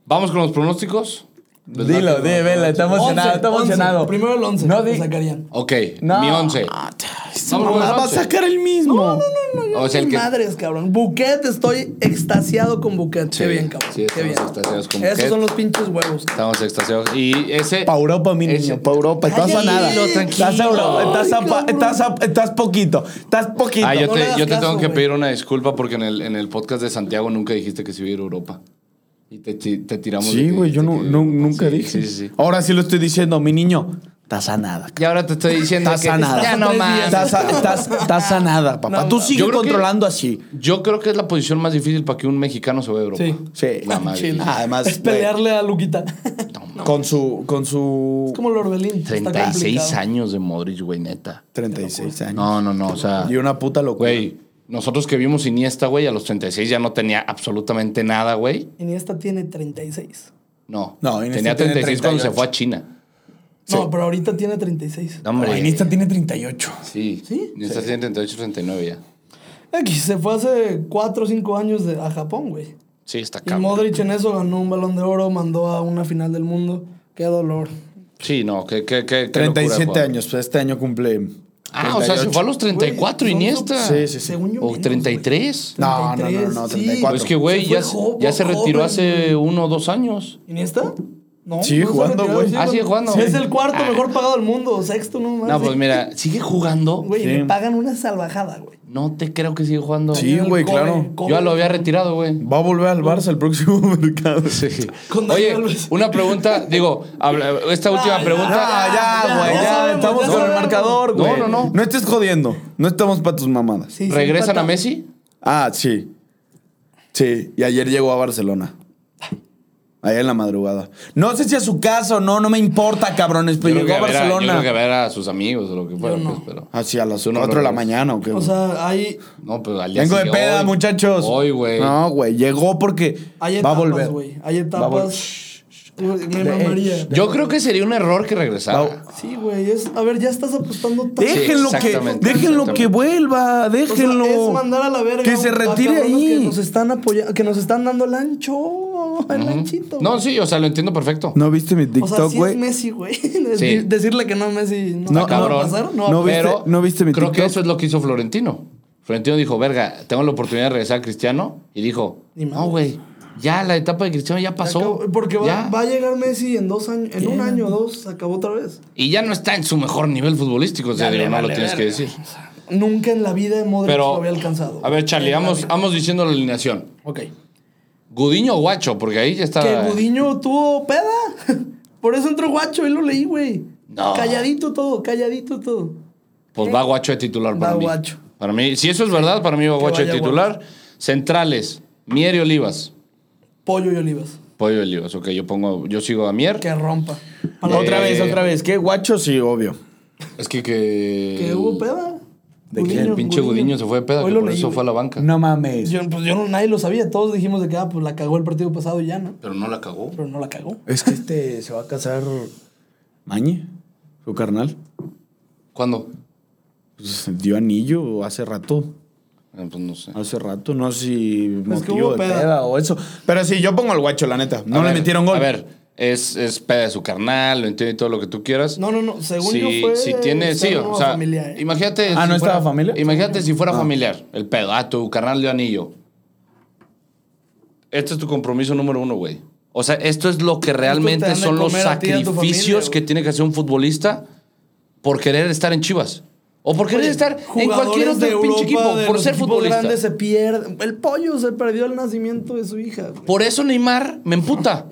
C: Vamos con los pronósticos. ¿Les
B: Dilo,
C: late?
B: di, vela, está emocionado, está
A: Once,
B: emocionado.
A: Primero el 11.
B: No,
A: No,
B: di-
A: sacarían.
C: Ok,
B: No.
C: mi once.
B: Ah, t-
C: Vamos con el
B: mamá, va a
C: once.
B: sacar el mismo.
A: No, no, no, no. Yo
C: O sea, el
A: ni
C: que-
A: Madres, cabrón. Buquet, estoy extasiado con Buquet.
C: Sí,
A: Qué bien, cabrón.
C: sí,
A: Qué
C: estamos
A: bien.
C: extasiados con Buquet.
A: Esos son los pinches huevos. cabrón.
C: Estamos extasiados. Y ese.
B: Pa' Europa, mi
C: Ese-
B: niño, pa' Europa. Estás a
A: Cállate,
B: nada.
A: tranquilo.
B: Estás a Europa, estás a,
A: Ay,
B: pa-
A: cabrón.
B: estás a- estás poquito, estás poquito.
C: Ah, yo
A: No
C: te,
A: le hagas
C: yo te
A: caso,
C: tengo que
A: güey.
C: pedir una disculpa porque en el, en el podcast de Santiago nunca dijiste que se iba a ir a Europa. Y te, ti- te tiramos. de
B: Sí,
C: que
B: güey, yo
C: dijiste
B: no,
C: que
B: no-
C: Europa.
B: nunca
C: Sí,
B: dije.
C: Sí, sí, sí.
B: Ahora sí lo estoy diciendo, mi niño. Estás a nada.
C: Y ahora te estoy diciendo
B: Estás
C: que
B: a nada.
C: ya no más.
B: Estás a, estás- estás a nada, papá. Tú
C: Yo
B: sigues
C: creo que-
B: controlando así.
C: Yo creo que es la posición más difícil para que un mexicano se vaya a Europa.
A: Sí.
B: Sí.
C: La madre.
A: Chile.
B: Además,
A: Es pelearle a Luquita.
B: Con su, con su
A: Es como el Orbelín. Está
C: 36
A: complicado.
C: años de Modric, güey, neta.
B: 36 años.
C: No, no, no, o sea.
B: Y una puta locura.
C: Güey, nosotros que vimos Iniesta, güey, a los 36 ya no tenía absolutamente nada, güey.
A: Iniesta tiene 36.
C: No.
B: No, Iniesta
C: tenía
B: tiene
C: 36 cuando se
B: 38.
C: fue a China.
B: Sí.
A: No, pero ahorita tiene 36.
C: No, hombre.
B: Ay, Iniesta tiene 38.
C: Sí.
A: ¿Sí?
C: Iniesta tiene 38, 39 ya.
A: Aquí se fue hace 4 o 5 años de- a Japón, güey.
C: Sí, está
A: Y
C: cabrón.
A: Modric en eso ganó un balón de oro, mandó a una final del mundo. Qué dolor.
C: Sí, no, qué, qué, qué, qué locura de
B: 37
C: jugador.
B: años. Pues este año cumple.
C: Ah, o sea, se
B: 38.
C: fue a los 34
A: Güey, son
C: Iniesta.
B: Sí, sí, sí.
A: Según yo.
C: O
A: menos,
C: 33.
A: güey.
B: No, no, no, no, 34.
C: Pues es que, güey,
A: Se fue
C: ya, se-
A: joven,
C: ya se retiró
A: joven,
C: hace
A: güey.
C: uno o dos años.
A: ¿Iniesta? No.
B: Sigue
A: no se
B: jugando,
A: retiró,
B: güey.
C: Ah, sigue jugando.
A: Es el cuarto
C: Ah.
A: mejor pagado del mundo. Sexto, no más.
C: No, pues mira, sigue jugando.
A: Güey, le
B: Sí.
A: pagan una salvajada, güey.
C: No te creo que sigue jugando.
B: Sí,
A: El
B: güey,
A: Kobe,
B: claro.
A: Kobe.
C: Yo ya lo había retirado, güey.
B: Va a volver al Barça el próximo mercado.
A: Con
C: Oye,
A: Daniel Alves.
C: una pregunta, digo, habla- esta última
A: ya,
C: pregunta.
B: Ah, ya, güey. Ya,
A: sabemos,
B: estamos
A: ya
B: con el
A: sabemos.
B: marcador,
C: No,
B: güey.
C: no, no.
B: No estés jodiendo. No estamos para tus mamadas.
A: Sí, sí,
C: ¿Regresan
A: empata.
C: a Messi?
B: Ah, sí. Sí, y ayer llegó a Barcelona. Allá en la madrugada. No sé si a su casa o no, no me importa, cabrones, pero
C: Yo creo
B: llegó a
C: que ver yo creo que
B: Barcelona.
C: ver a sus amigos o lo que fuera.
A: Yo no.
C: pues, pero-
B: Así a las
C: Tú no
B: 4 de la
C: lo ves.
B: mañana o qué.
A: O
B: güey?
A: sea, hay,
C: No, pero al día
B: Vengo de
C: siguiente,
B: peda,
C: hoy.
B: muchachos.
C: Hoy, güey.
B: No, güey, llegó porque
A: hay
B: va a
A: etapas,
B: volver.
A: güey. Hay
B: Va a vol-
A: etapas. Güey, Me mamaría.
C: Yo creo que sería un error que regresara.
B: Va-
A: Sí, güey. es- A ver, ya estás apostando tanto.
B: Déjenlo,
C: Sí,
B: que,
C: exactamente,
B: déjenlo
C: exactamente.
B: que vuelva,
A: O sea,
B: déjenlo.
A: es mandar a la verga.
B: Que se
A: a
B: retire
A: cabrones Que
B: ahí.
A: nos están apoyando, que nos están dando el ancho. El anchito.
C: No,
A: güey.
C: sí, o sea, lo entiendo perfecto.
B: ¿No viste mi
A: O sea,
B: TikTok,
A: sí
B: güey?
A: es Messi, güey.
C: Sí.
A: Decirle que no a Messi no,
B: No,
A: no va a
C: cabrón.
A: pasar. No, va a
B: No,
A: pasar.
B: viste-
C: Pero
B: no viste mi
C: creo que
B: TikTok?
C: eso es lo que hizo Florentino. Florentino dijo, verga, tengo la oportunidad de regresar a Cristiano. Y dijo,
A: Ni madre.
C: no, güey, ya la etapa de Cristiano ya pasó.
A: Acabo- Porque va,
C: Ya.
A: va a llegar Messi en dos años, en un año o dos, acabó otra vez.
C: Y ya no está en su mejor nivel futbolístico, o sea,
A: Ya
C: digo,
A: le
C: no
A: vale
C: lo tienes que
A: verga.
C: decir.
A: Nunca en la vida Modric
C: Pero,
A: lo había alcanzado.
C: a ver, Charlie, vamos, vamos diciendo la alineación.
A: Ok.
C: Gudiño o Guacho, porque ahí ya está...
A: Que Gudiño tuvo peda. Por eso entró guacho, él lo leí, güey.
C: No.
A: Calladito todo, calladito todo.
C: Pues va Guacho de titular para
A: Va
C: mí.
A: Guacho.
C: Para mí, si eso es verdad, para mí va Guacho de
A: vaya
C: titular. Centrales, Mier y Olivas.
A: Pollo y Olivas.
C: Pollo y Olivas, ok, yo pongo, yo sigo a Mier.
A: Que rompa.
B: Otra
C: Eh.
B: vez, otra vez. ¿Qué guacho? Sí, obvio.
C: Es que que.
A: Que hubo peda.
B: ¿De quién?
A: Gudiño,
C: El pinche Gudiño se fue de peda,
A: Hoy
C: que
A: lo
C: por
A: leí,
C: eso
A: güey.
C: fue a la banca.
B: No mames.
A: Yo, pues yo no, nadie lo sabía. Todos dijimos de que, ah, pues la cagó el partido pasado y ya, ¿no?
C: Pero no la cagó.
A: Pero no la cagó.
B: Es que este se va a casar Mañe, su carnal.
C: ¿Cuándo?
B: Pues, dio anillo hace rato.
C: Eh, Pues no sé.
B: Hace rato, no sé si
A: Pues que
B: motivo
A: hubo
B: de
A: peda.
B: peda o eso. Pero sí, yo pongo al guacho, la neta. No
C: A
B: le
C: ver,
B: metieron gol.
C: A ver, es, es peda de su carnal, lo entiendo y todo lo que tú quieras.
A: No, no, no. Según
C: si,
A: yo fue.
C: si tiene, sí,
A: externo
C: o
A: a
C: sea,
A: familia, ¿eh?
C: imagínate.
B: Ah, ¿no estaba Ah. familia?
C: Imagínate si fuera familiar, el pedo. Ah, tu carnal dio anillo. Este es tu compromiso número uno, güey. O sea, esto es lo que realmente
A: dan de
C: son los
A: comer a ti y a tu familia,
C: sacrificios
A: güey.
C: que tiene que hacer un futbolista por querer estar en Chivas. O por querer
A: Oye,
C: estar en
A: jugadores
C: cualquier otro
A: de
C: pinche
A: Europa,
C: equipo,
A: de
C: por
A: los
C: ser
A: equipos
C: futbolista.
A: grandes se pierde. El pollo se perdió el nacimiento de su hija. güey.
C: Por eso Neymar me emputa.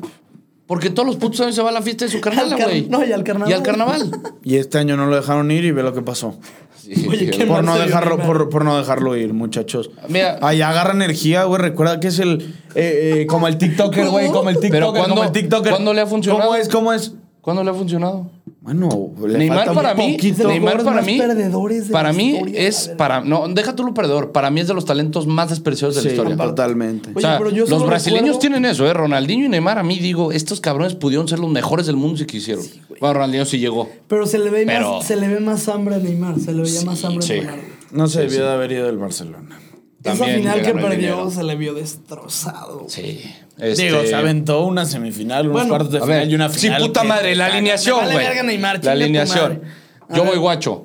C: Porque todos los putos años se va a la fiesta de su carnal,
A: car-
C: güey.
A: no, y al carnaval.
C: Y al carnaval.
B: Y este año no lo dejaron ir y ve lo que pasó.
C: Sí,
A: Oye,
C: sí,
A: qué
C: güey.
B: Por no,
A: Marcelo
B: dejarlo,
A: Neymar.
B: por, por no dejarlo ir, muchachos.
C: Mira.
B: Ahí agarra energía, güey. Recuerda que es el. eh, eh, como el TikToker, güey. Como el
C: Pero
B: TikToker.
C: ¿cuándo-
B: como el TikToker.
C: cuándo le ha funcionado?
B: ¿Cómo es? ¿Cómo es?
C: ¿Cuándo le ha funcionado?
B: Bueno, le
C: Neymar
B: falta un
C: para mí,
B: poquito.
A: Es de los
C: Neymar
A: jugadores
C: para
A: más
C: mí,
A: perdedores de
C: para
A: la
C: mí
A: historia, la
C: es
A: verdad.
C: para no deja tú lo perdedor. Para mí es de los talentos más desperdiciados de
B: Sí,
C: la historia.
B: totalmente.
A: Oye,
C: o sea,
A: pero yo
C: los
A: solo
C: brasileños
A: recuerdo-
C: tienen eso, ¿eh? Ronaldinho y Neymar, a mí digo, estos cabrones pudieron ser los mejores del mundo si quisieron. bueno, Ronaldinho sí llegó.
A: Pero se le ve
C: Pero-
A: más, se le ve más hambre a Neymar, se le veía más hambre
C: sí.
A: a Neymar. güey.
B: No se debió de haber ido del Barcelona.
A: Esa
C: También le
A: final que
C: ganó el
A: perdió
C: dinero.
A: se le vio destrozado. güey.
C: Sí. Este,
B: Digo, se aventó una semifinal, unos
A: Bueno,
B: cuartos de
C: a
B: final
C: ver,
B: y una final.
C: Sí, puta
B: que-
C: madre, la alineación,
A: Me vale
C: güey.
A: verga Neymar, chinga
C: la
A: tu
C: alineación.
A: madre. A
C: Yo
A: ver.
C: voy guacho.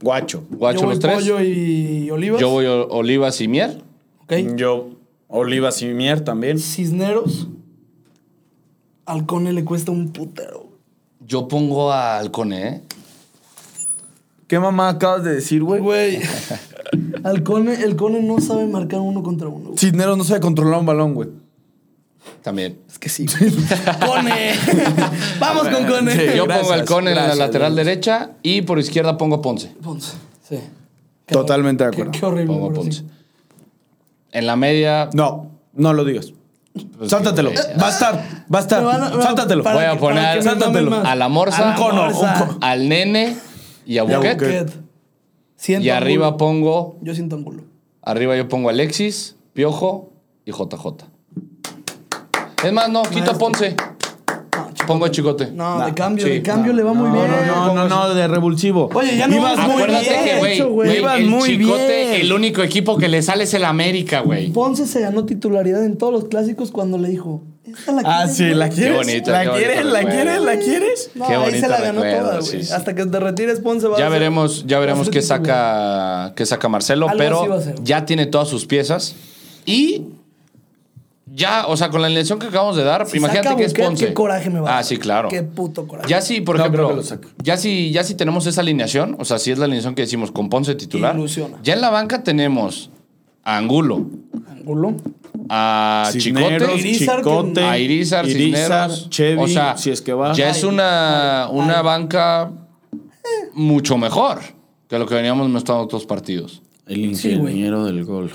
B: Guacho.
C: Guacho
A: Yo voy
C: los tres.
A: pollo y olivas.
C: Yo voy o- Olivas y Mier.
A: Ok.
B: Yo, Olivas y Mier también.
A: Cisneros. Al Cone le cuesta un putero.
C: Yo pongo a Alcone, ¿eh?
B: ¿Qué mamá acabas de decir, güey?
A: Güey. Al Cone, el Cone no sabe marcar uno contra uno. güey.
B: Cisneros no sabe controlar un balón, güey.
C: También.
A: Es que sí. Cone. Vamos con Cone.
B: Sí,
C: Yo
B: gracias,
C: pongo al Cone en la
B: gracias,
C: lateral derecha y por izquierda pongo a Ponce.
A: Ponce. Sí.
B: Totalmente de acuerdo.
A: Qué, qué horrible.
C: Pongo a
A: pero
C: Ponce.
A: sí.
C: En la media.
B: No, no lo digas.
C: pues,
B: Sáltatelo.
C: que, eh,
B: Va a estar, va a estar.
A: Me van a- me van a-
B: Sáltatelo.
A: para
C: Voy a
A: que- para
C: poner-
A: que me mamen
B: Sáltatelo.
A: más.
C: A la morsa.
B: Un cono, un cono.
C: Al nene y a
B: Y a
C: Buquet.
B: Buquet.
A: Siento
C: Y arriba
A: ángulo.
C: pongo.
A: Yo siento ángulo.
C: Arriba yo pongo Alexis, Piojo y JJ. Es más, no, quito a
A: Maestro.
C: Ponce.
A: No, chico.
C: Pongo a Chicote.
A: No,
B: Ah, Nah,
A: de cambio,
C: sí,
A: de cambio le va muy
B: No,
A: bien.
B: no, no, no, no, de revulsivo.
A: Oye, ya no
B: Ibas
A: vamos
B: muy
C: Acuérdate
B: bien.
C: que, güey,
A: hecho, güey.
C: güey,
B: Ibas
C: el
B: muy
C: Chicote,
B: bien.
C: el único equipo que le sale es el América, güey.
A: Ponce se ganó titularidad en todos los clásicos cuando le dijo. Esta la
B: Ah,
A: quieres,
B: sí,
A: güey?"
B: la quieres.
C: bonito,
B: la
C: qué bonito
B: quieres, la
C: recuerdo.
B: quieres, la quieres.
A: No,
C: Qué
A: ahí
C: bonito
A: se la ganó
C: recuerdo,
A: toda, güey.
C: sí, sí.
A: Hasta que te retires, Ponce va a
C: Ya
A: ser-
C: veremos, ya
A: va a
C: veremos
A: ser
C: qué
A: titular.
C: saca, qué saca Marcelo,
A: Algo así va
C: pero
A: a ser.
C: ya tiene todas sus piezas y ya, o sea, con la elección que acabamos de dar,
A: Si
C: imagínate
A: saca
C: que es
A: Buquet,
C: Ponce.
A: Qué coraje me va. a
C: Ah,
A: dar.
C: sí, claro.
A: Qué puto coraje.
C: Ya sí, por
B: No, creo que
C: ejemplo,
B: lo saca.
C: ya sí, ya sí tenemos esa alineación, o sea, si es la alineación que decimos con Ponce titular.
A: Ilusiona.
C: Ya en la banca tenemos a Angulo,
A: Ángulo.
C: a
B: Cisneros,
C: Chicote,
A: Irizar,
B: Chicote,
A: que-
C: a Irizar,
B: Irizar,
C: Cisneros.
B: Chevy,
C: o sea,
B: si es que va.
C: ya es una, una banca mucho mejor que lo que veníamos mostrando otros partidos.
B: El
A: Sí, güey.
B: del gol.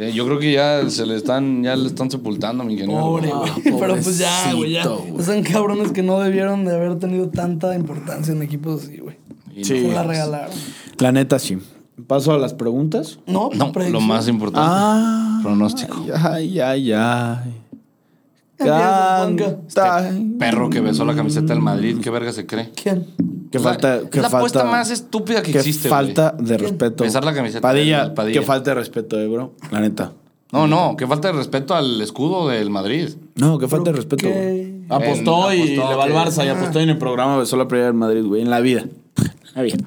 C: Eh, Yo creo que ya se le están, ya le están sepultando, mi ingeniero.
A: Pobre,
B: Ah,
A: güey. Pero pues ya, güey. Ya.
B: pobrecito, güey.
A: Son cabrones que no debieron de haber tenido tanta importancia en equipos así, güey.
C: Y
B: Sí.
A: Se la regalaron.
B: La neta, sí. Paso a las preguntas.
A: No,
C: No, no, lo
A: predicción.
C: más importante.
B: Ah.
C: Pronóstico.
B: Ay, ay, ay.
A: Empieza, Juanca.
B: Canta.
C: este Perro que besó la camiseta del Madrid, qué verga se cree.
A: ¿Quién?
B: Que
C: O sea,
B: falta.
C: es
B: que
C: la
B: falta-
C: apuesta más estúpida que
B: que
C: existe, güey.
B: falta de respeto.
C: Besar la camiseta
B: Padilla,
C: del Padilla.
B: Que falta de respeto, eh, bro. La neta.
C: No, no, que falta de respeto al escudo del Madrid.
B: No, que falta
A: Pero
B: de respeto,
A: qué-
B: güey. Apostó Ah.
C: En-
B: y
C: apostó
B: le va al
C: que-
B: Barça. Y apostó y en el programa besó la primera del Madrid, güey. En la vida. La vida.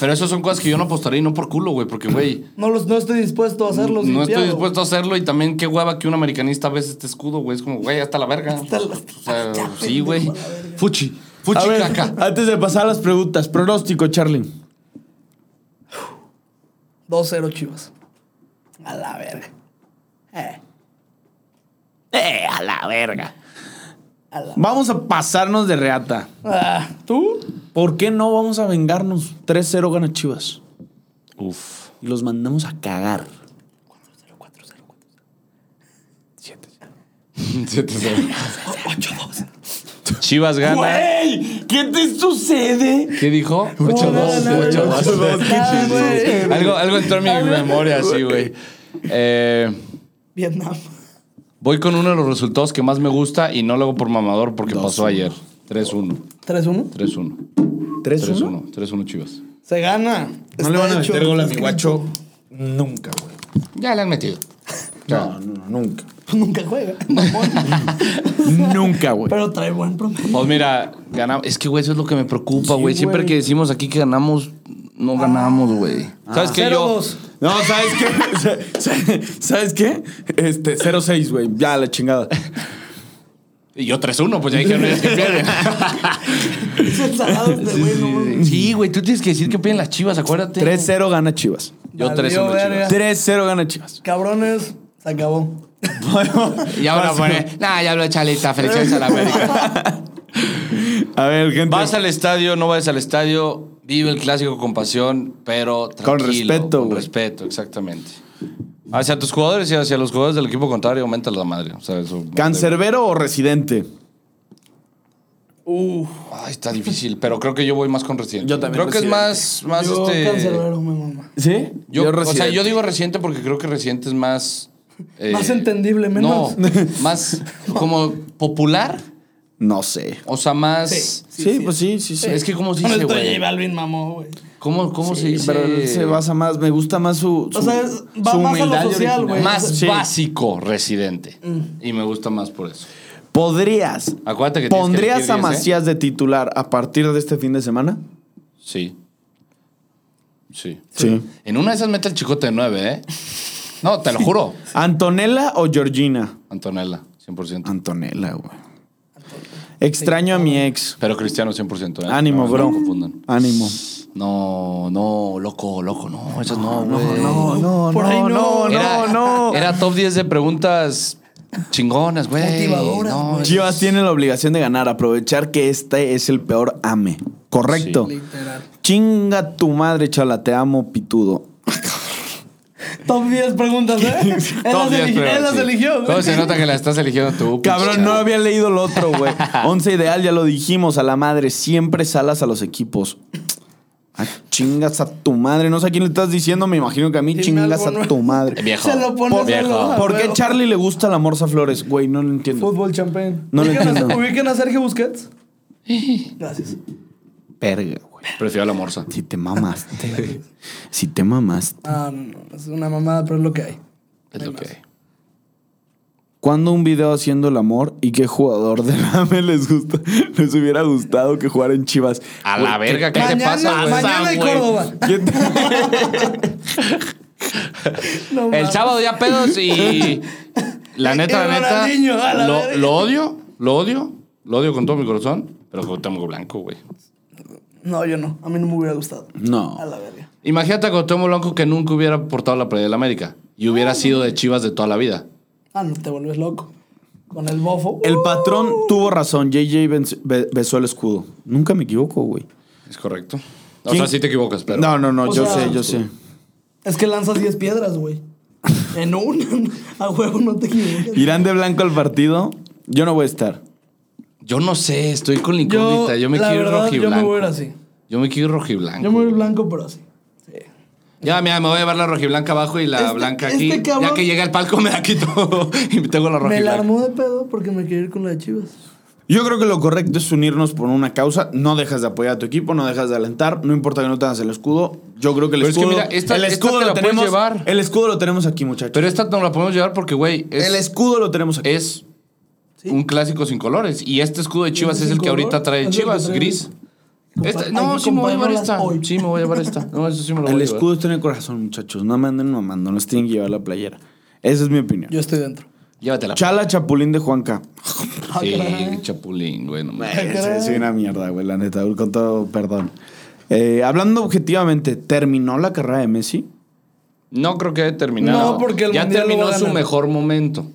C: Pero eso son cosas que yo no apostaría y no por culo, güey, porque, güey,
A: No, los, no estoy dispuesto a hacerlo. sin
C: no estoy
A: piado.
C: dispuesto a hacerlo y también qué hueva que un americanista bese este escudo, güey. Es como, güey, hasta la verga.
A: Hasta la-
C: O sea,
A: ya,
C: sí, güey.
A: pendejo, a la verga.
C: Fuchi,
B: A
C: fuchi
B: ver,
C: caca.
B: antes de pasar a las preguntas, pronóstico, Charlie.
A: 2-0 Chivas. A la verga. Eh,
B: Eh, a la verga.
A: a la.
B: Vamos a pasarnos de reata.
A: Ah, ¿Tú?
B: ¿Por qué no vamos a vengarnos? 3-0 gana Chivas.
C: Uf.
B: Y los mandamos a cagar.
A: 8-2.
C: Chivas gana.
B: ¡Güey! ¿Qué te sucede?
C: ¿Qué dijo?
A: no, no,
C: 8-2.
A: no, no,
C: 8-2.
A: Ah, güey.
C: Algo, algo entró en mi memoria así, güey. Eh,
A: Vietnam.
C: voy con uno de los resultados que más me gusta y no lo hago por mamador porque pasó ayer. 3-1.
A: 3-1.
C: 3-1.
B: 3-1.
C: 3-1. 3-1 Chivas.
A: Se gana.
B: No
A: Está
B: le van a
A: hecho.
B: meter gol a mi guacho nunca, güey.
C: Ya le han metido.
B: No, no, nunca.
A: Nunca juega. mamón.
B: nunca, güey.
A: Pero trae buen promedio.
C: Pues mira, ganamos. Es que, güey, eso es lo que me preocupa, güey. Siempre que decimos aquí que ganamos, no ganamos, güey. Ah. ¿Sabes qué? Yo.
A: 0-2.
B: No, ¿sabes qué? ¿Sabes- ¿Sabes qué? Este, 0-6, güey. Ya, la chingada.
C: Y yo 3-1, pues ya dije, no es que pierde.
A: Salados de güey, no mames.
C: Sí, güey, tú tienes que decir que pierden las chivas, acuérdate.
B: 3-0 gana Chivas.
C: Yo
A: Valió
C: 3-1
A: verga.
C: chivas.
B: 3-0 gana Chivas.
A: Cabrones, se acabó.
C: Y ahora pone, nah, ya hablo de Chalita, felicidades a la América.
B: A ver, gente.
C: Vas al estadio, no vayas al estadio, vive el clásico con pasión, pero
B: Con
C: tranquilo,
B: respeto,
C: Con
B: güey.
C: respeto, exactamente. Hacia tus jugadores y hacia los jugadores del equipo contrario, aumenta la madre. O sea, eso.
B: ¿Cancerbero o residente?
C: Ay, está difícil, pero creo que yo voy más con reciente.
B: Yo también
C: Creo que es más,
B: Residente.
C: más
A: Yo
C: este.
A: cancerbero, mi mamá.
B: ¿Sí?
C: Yo, o sea, yo digo reciente porque creo que reciente es más. eh,
A: Más entendible, menos.
C: No, más como popular.
B: No sé.
C: O sea, más.
A: Sí.
B: Sí, pues sí, sí, sí.
C: Es que, ¿cómo se
A: No
C: dice,
A: estoy
C: güey?
A: J Balvin, mamó, güey.
C: ¿Cómo, cómo se dice?
B: Pero se basa más, me gusta más su, su,
A: O sea, es- va
B: su
A: más a lo social,
B: y original.
A: güey.
C: Más
B: Sí.
C: básico residente.
A: Mm.
C: Y me gusta más por eso.
B: ¿Podrías,
C: Acuérdate que tienes que
B: pondrías
C: elegir
B: a
C: 10, ¿eh?
B: Macías de titular a partir de este fin de semana?
C: Sí. Sí.
B: Sí.
C: En una de esas mete el chicote de nueve, ¿eh? No, te lo juro.
B: ¿Antonella o Georgina?
C: Antonella, 100%.
B: Antonella, güey. Extraño a mi ex.
C: Pero Cristiano, 100%. ¿eh?
B: Ánimo,
C: No, no
B: bro.
C: me confundan.
B: Ánimo.
C: No, no, loco, loco, no. Esas no, güey.
B: No, no,
A: Por
B: no,
A: ahí
B: no, no,
A: no.
C: Era-
B: no.
C: Era top 10 de preguntas chingonas, güey.
A: Motivadoras,
C: No,
A: güey.
C: es-
B: Chivas tiene la obligación de ganar, aprovechar que este es el peor ame. Correcto.
A: Literal.
B: Chinga tu madre, chala, te amo, pitudo.
A: Top 10 preguntas, ¿eh? él
C: Top
A: las
C: 10
A: eligió.
C: preguntas,
A: Él las
C: sí.
A: eligió,
C: ¿Cómo
A: güey.
C: se nota que la estás eligiendo tú? pinche
B: Cabrón, no
C: Chava?
B: había leído el otro, güey. Once ideal, ya lo dijimos, a la madre. Siempre salas a los equipos. Ah, chingas a tu madre. No sé a quién le estás diciendo, me imagino que a mí
A: Dime
B: chingas
A: algo
B: a
A: nuevo.
B: tu madre.
C: Viejo.
A: Se lo pones
C: Por-
A: a
C: viejo.
A: lo-
B: ¿Por qué
A: Huevo.
B: Charlie le gusta la morsa Flores? Güey, no lo entiendo.
A: Fútbol champagne.
B: No lo
A: ¿Ubican a-
B: entiendo.
A: ¿Ubican a Sergio Busquets? Gracias.
B: Verga, güey.
C: Prefiero la morsa.
B: Si te mamaste, güey. Si te mamaste.
A: Ah, no, no, es una mamada, pero es lo que hay.
C: Es lo que hay.
B: ¿Cuándo un video haciendo el amor y qué jugador de AME les gusta? Les hubiera gustado que jugara en Chivas.
C: A la
B: Güey,
C: verga, ¿qué
A: mañana,
C: te pasa, güey?
A: mañana en
C: Pasa, güey.
A: Córdoba.
B: ¿qué te-
A: No
C: El
A: mames.
C: sábado ya pedos y. La neta,
A: Y
C: la
A: Ronaldinho, a
C: neta.
A: la
C: Lo,
A: verga.
C: lo odio, lo odio, lo odio con todo mi corazón, pero con Cuauhtémoc Blanco, güey.
A: No, yo no. A mí no me hubiera gustado.
B: No.
A: A la verga.
C: Imagínate a Cuauhtémoc Blanco que nunca hubiera portado la playa del América y hubiera sido de Chivas de toda la vida.
A: Ah, no, te vuelves loco. Con el bofo.
B: El patrón tuvo razón. JJ ben- be- besó el escudo. Nunca me equivoco, güey.
C: Es correcto. O
B: ¿Quién-
C: sea, sí te equivocas, pero.
B: No, no, no.
A: O
B: Yo
A: sea-
B: sé, yo sé.
A: Es que lanzas 10 piedras, güey. En una. A huevo no te equivocas.
B: Irán de blanco al partido. Yo no voy a estar.
C: Yo no sé, estoy con la incógnita. Yo, me
A: la
C: quiero ir
A: verdad, Yo me
C: rojiblanco.
A: voy a ir así.
C: Yo me quiero ir rojiblanco.
A: Yo me voy a ir blanco, pero así. Sí.
C: Ya, mira, me voy a llevar la rojiblanca abajo y la
A: Este-
C: blanca aquí.
A: este cabrón-
C: ya que llega el palco me la quito y tengo
A: Me
C: la
A: la
C: rojiblanca.
A: armó de pedo porque me quería ir con la de Chivas.
B: Yo creo que lo correcto es unirnos por una causa. No dejas de apoyar a tu equipo, no dejas de alentar. No importa que no tengas el escudo. Yo creo que el
C: Pero es que
B: escudo.
C: mira, esta-
B: el
C: esta
B: escudo
C: te
B: lo
C: la puedes
B: tenemos.
C: llevar.
B: El escudo lo tenemos aquí, muchachos.
C: Pero esta no la podemos llevar porque, güey, es,
B: el escudo lo tenemos aquí.
C: es un clásico sin colores. Y este escudo de Chivas
A: Este
C: es el
A: sin
C: que ahorita
A: color, es
C: trae
A: el que
C: Chivas,
A: trae-
C: gris.
A: Compa-
C: Esta-
A: hay
C: no,
A: que
C: sí me voy a llevar
A: comprarlas
C: esta.
A: hoy.
C: Sí, me voy a llevar esta. No, eso sí me lo voy a
B: el
C: llevar.
B: escudo está en el corazón, muchachos. No me anden mamando. Nos tienen que llevar la playera. Esa es mi opinión.
A: Yo estoy dentro.
C: Llévatela.
B: Chala Chapulín de Juanca.
A: Ah,
C: Sí,
A: caray.
C: chapulín, güey. no mames.
B: Eh, sí, soy una mierda, güey, la neta, güey, con todo perdón. Eh, hablando objetivamente, ¿terminó la carrera de Messi?
C: No creo que haya terminado.
A: No, porque el
C: ya
A: Mundial lo
C: terminó
A: va a
C: su
A: ganar.
C: mejor momento. Eh,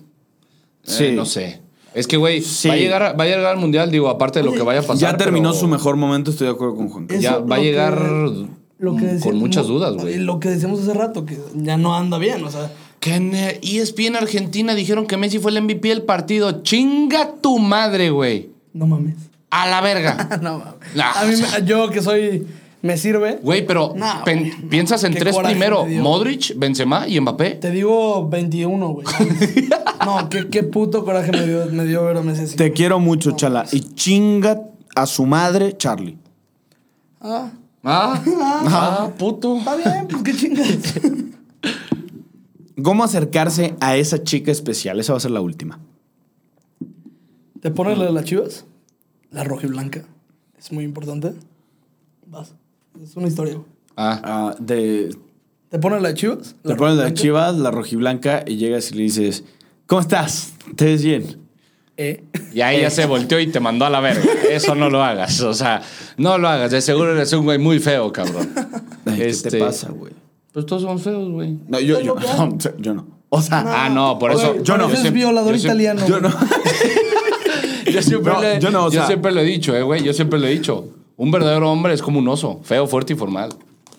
B: Sí.
C: no sé. Es que, güey,
B: Sí.
C: va, a llegar, a- va a llegar al mundial, digo, aparte de lo
A: Oye,
C: que vaya a pasar.
B: ya terminó
C: pero-
B: su mejor momento, estoy de acuerdo con Juan.
A: Eso,
C: Ya va a
A: lo que-
C: llegar
A: lo que
C: con
A: decíamos-
C: muchas dudas, güey.
A: Lo que decíamos hace rato, que ya no anda bien, o sea.
C: Que en eh, ESPN Argentina dijeron que Messi fue el MVP del partido. Chinga tu madre, güey.
A: No mames.
C: A la verga.
A: No mames.
C: Nah.
A: A mí, me- yo que soy. Me sirve.
C: Güey, pero
A: No,
C: pen-
A: güey.
C: piensas en
A: Qué
C: tres
A: coraje
C: primero.
A: me dio.
C: Modric, Benzema y Mbappé.
A: Te digo 21, güey. No, qué, qué puto coraje me dio, me dio ver a Messi así.
B: Te quiero mucho,
C: pues.
B: Chala. Y chinga a su madre, Charlie.
A: Ah,
C: Ah, ah, puto.
A: está bien, pues qué chingas.
B: ¿Cómo acercarse a esa chica especial? Esa va a ser la última.
A: ¿Te pones la de las chivas? La roja y blanca. Es muy importante. Vas. Es una historia, güey.
C: Ah,
B: Ah, de,
A: ¿Te pones la de chivas?
B: te
A: roja y
B: pones la
A: blanca.
B: chivas, la rojiblanca, y llegas y le dices, ¿cómo estás? ¿Te ves bien?
A: Eh.
C: y ahí ya se volteó y te mandó a la verga. Eso no lo hagas. O sea, no lo hagas. De seguro eres un güey muy feo, cabrón.
B: Ay, ¿Qué
C: Este,
B: te pasa, güey?
C: Pues todos son feos, güey.
B: No, yo,
A: lo
B: yo,
A: que hay.
B: no, yo no. O sea,
C: Ah, no, por
A: Güey,
C: eso.
A: yo no.
B: yo
A: es
C: siempre-
A: violador
C: yo siempre-
A: italiano.
B: yo
A: güey.
B: no.
C: Yo siempre,
B: No,
C: le-
B: yo no, o
C: yo
B: sea-
C: siempre lo he dicho, eh, güey. Yo siempre lo he dicho. Un verdadero hombre es como un oso, feo, fuerte y formal.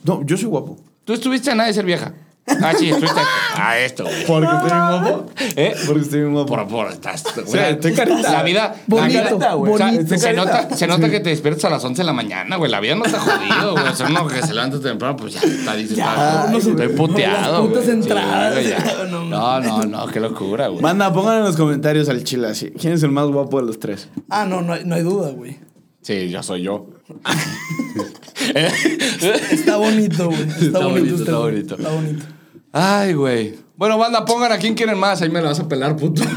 B: No, yo soy guapo.
C: Tú estuviste a nada de ser vieja. Ah, sí, estuviste a, a esto, güey.
B: ¿Porque estoy bien guapo?
C: ¿Eh?
B: Porque estoy bien guapo.
C: Por, por, estás, güey,
B: estoy carita.
C: La vida.
A: Bonito,
C: la vida, güey. O sea,
A: bonito.
C: se,
A: Estoy
C: nota, se nota que te despiertas a las 11 de la mañana, güey. La vida no está jodido, güey. O sea, uno que se levanta temprano, pues ya está, dice, está,
A: no sé,
C: estoy
A: las
C: puteado.
A: putas
C: güey. Sí,
A: entradas,
C: güey, ya.
A: no,
C: No, no, no, qué locura, güey.
B: Manda, pongan en los comentarios al chile así. ¿Quién es el más guapo de los tres?
A: Ah, no, no, hay- no hay duda, güey.
C: Sí, ya soy yo.
A: Está bonito, güey. Está, bonito, usted,
C: Está bonito, está
A: güey.
C: bonito.
A: Está bonito.
C: Ay, güey. Bueno, banda, pongan a quién quieren más. Ahí me la vas a pelar, puto.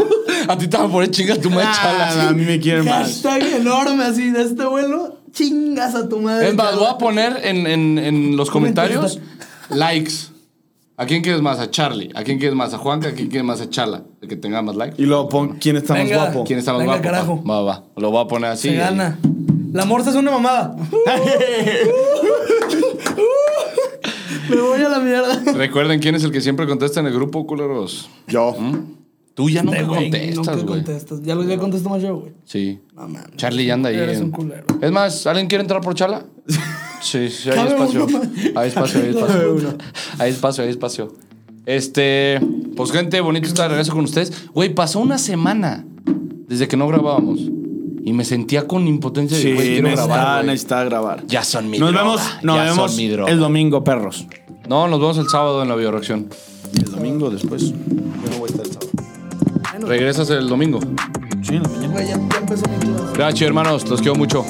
C: A ti te van a poner chingas tu madre,
B: Ah, a
C: chalas.
B: mí me quieren más.
A: Hashtag enorme así de este vuelo. Chingas a tu madre.
C: Es más, voy a
A: cabrón.
C: poner en, en- en los comentarios
A: Comenta.
C: likes. ¿A quién quieres más? ¿A Charlie? ¿A quién quieres más? ¿A Juanca? ¿A quién quieres más? ¿A Chala? El que tenga más likes.
B: Y luego pon quién está más
A: Venga.
B: guapo.
C: ¿Quién está más
A: Venga,
C: guapo? pa?
A: carajo.
C: Va, va. Lo voy a poner así.
A: Se gana. La morsa es una mamada. Me voy a la mierda.
C: Recuerden quién es el que siempre contesta en el grupo, culeros.
B: Yo.
C: ¿Mm? Tú ya nunca
A: Te
C: contestas, güey.
A: contestas. Ya lo ya contesto más yo, güey.
C: Sí.
A: No mames.
C: Charlie ya anda ahí.
A: Eres
C: en-
A: un culero.
C: Es más, ¿alguien quiere entrar por Chala? Sí, sí, hay
A: Cabe
C: espacio.
A: uno.
C: Hay espacio, hay
A: Cabe
C: espacio.
A: uno.
C: Hay espacio, hay espacio. Este, pues gente, bonito estar de regreso con ustedes. Güey, pasó una semana desde que no grabábamos y me sentía con impotencia de,
B: Sí,
C: güey, quiero
B: necesita,
C: grabar. güey.
B: necesita grabar.
C: Ya son mi
B: Nos
C: droga,
B: vemos, nos
C: ya son
B: vemos
C: mi droga.
B: el domingo, perros.
C: No, nos vemos el sábado en la bioreacción.
B: El domingo después. Yo no voy a estar el sábado.
C: Regresas el domingo.
B: Sí, en la mañana.
A: Güey, ya, ya empezó mi clase.
C: Gracias, hermanos. Los quiero mucho.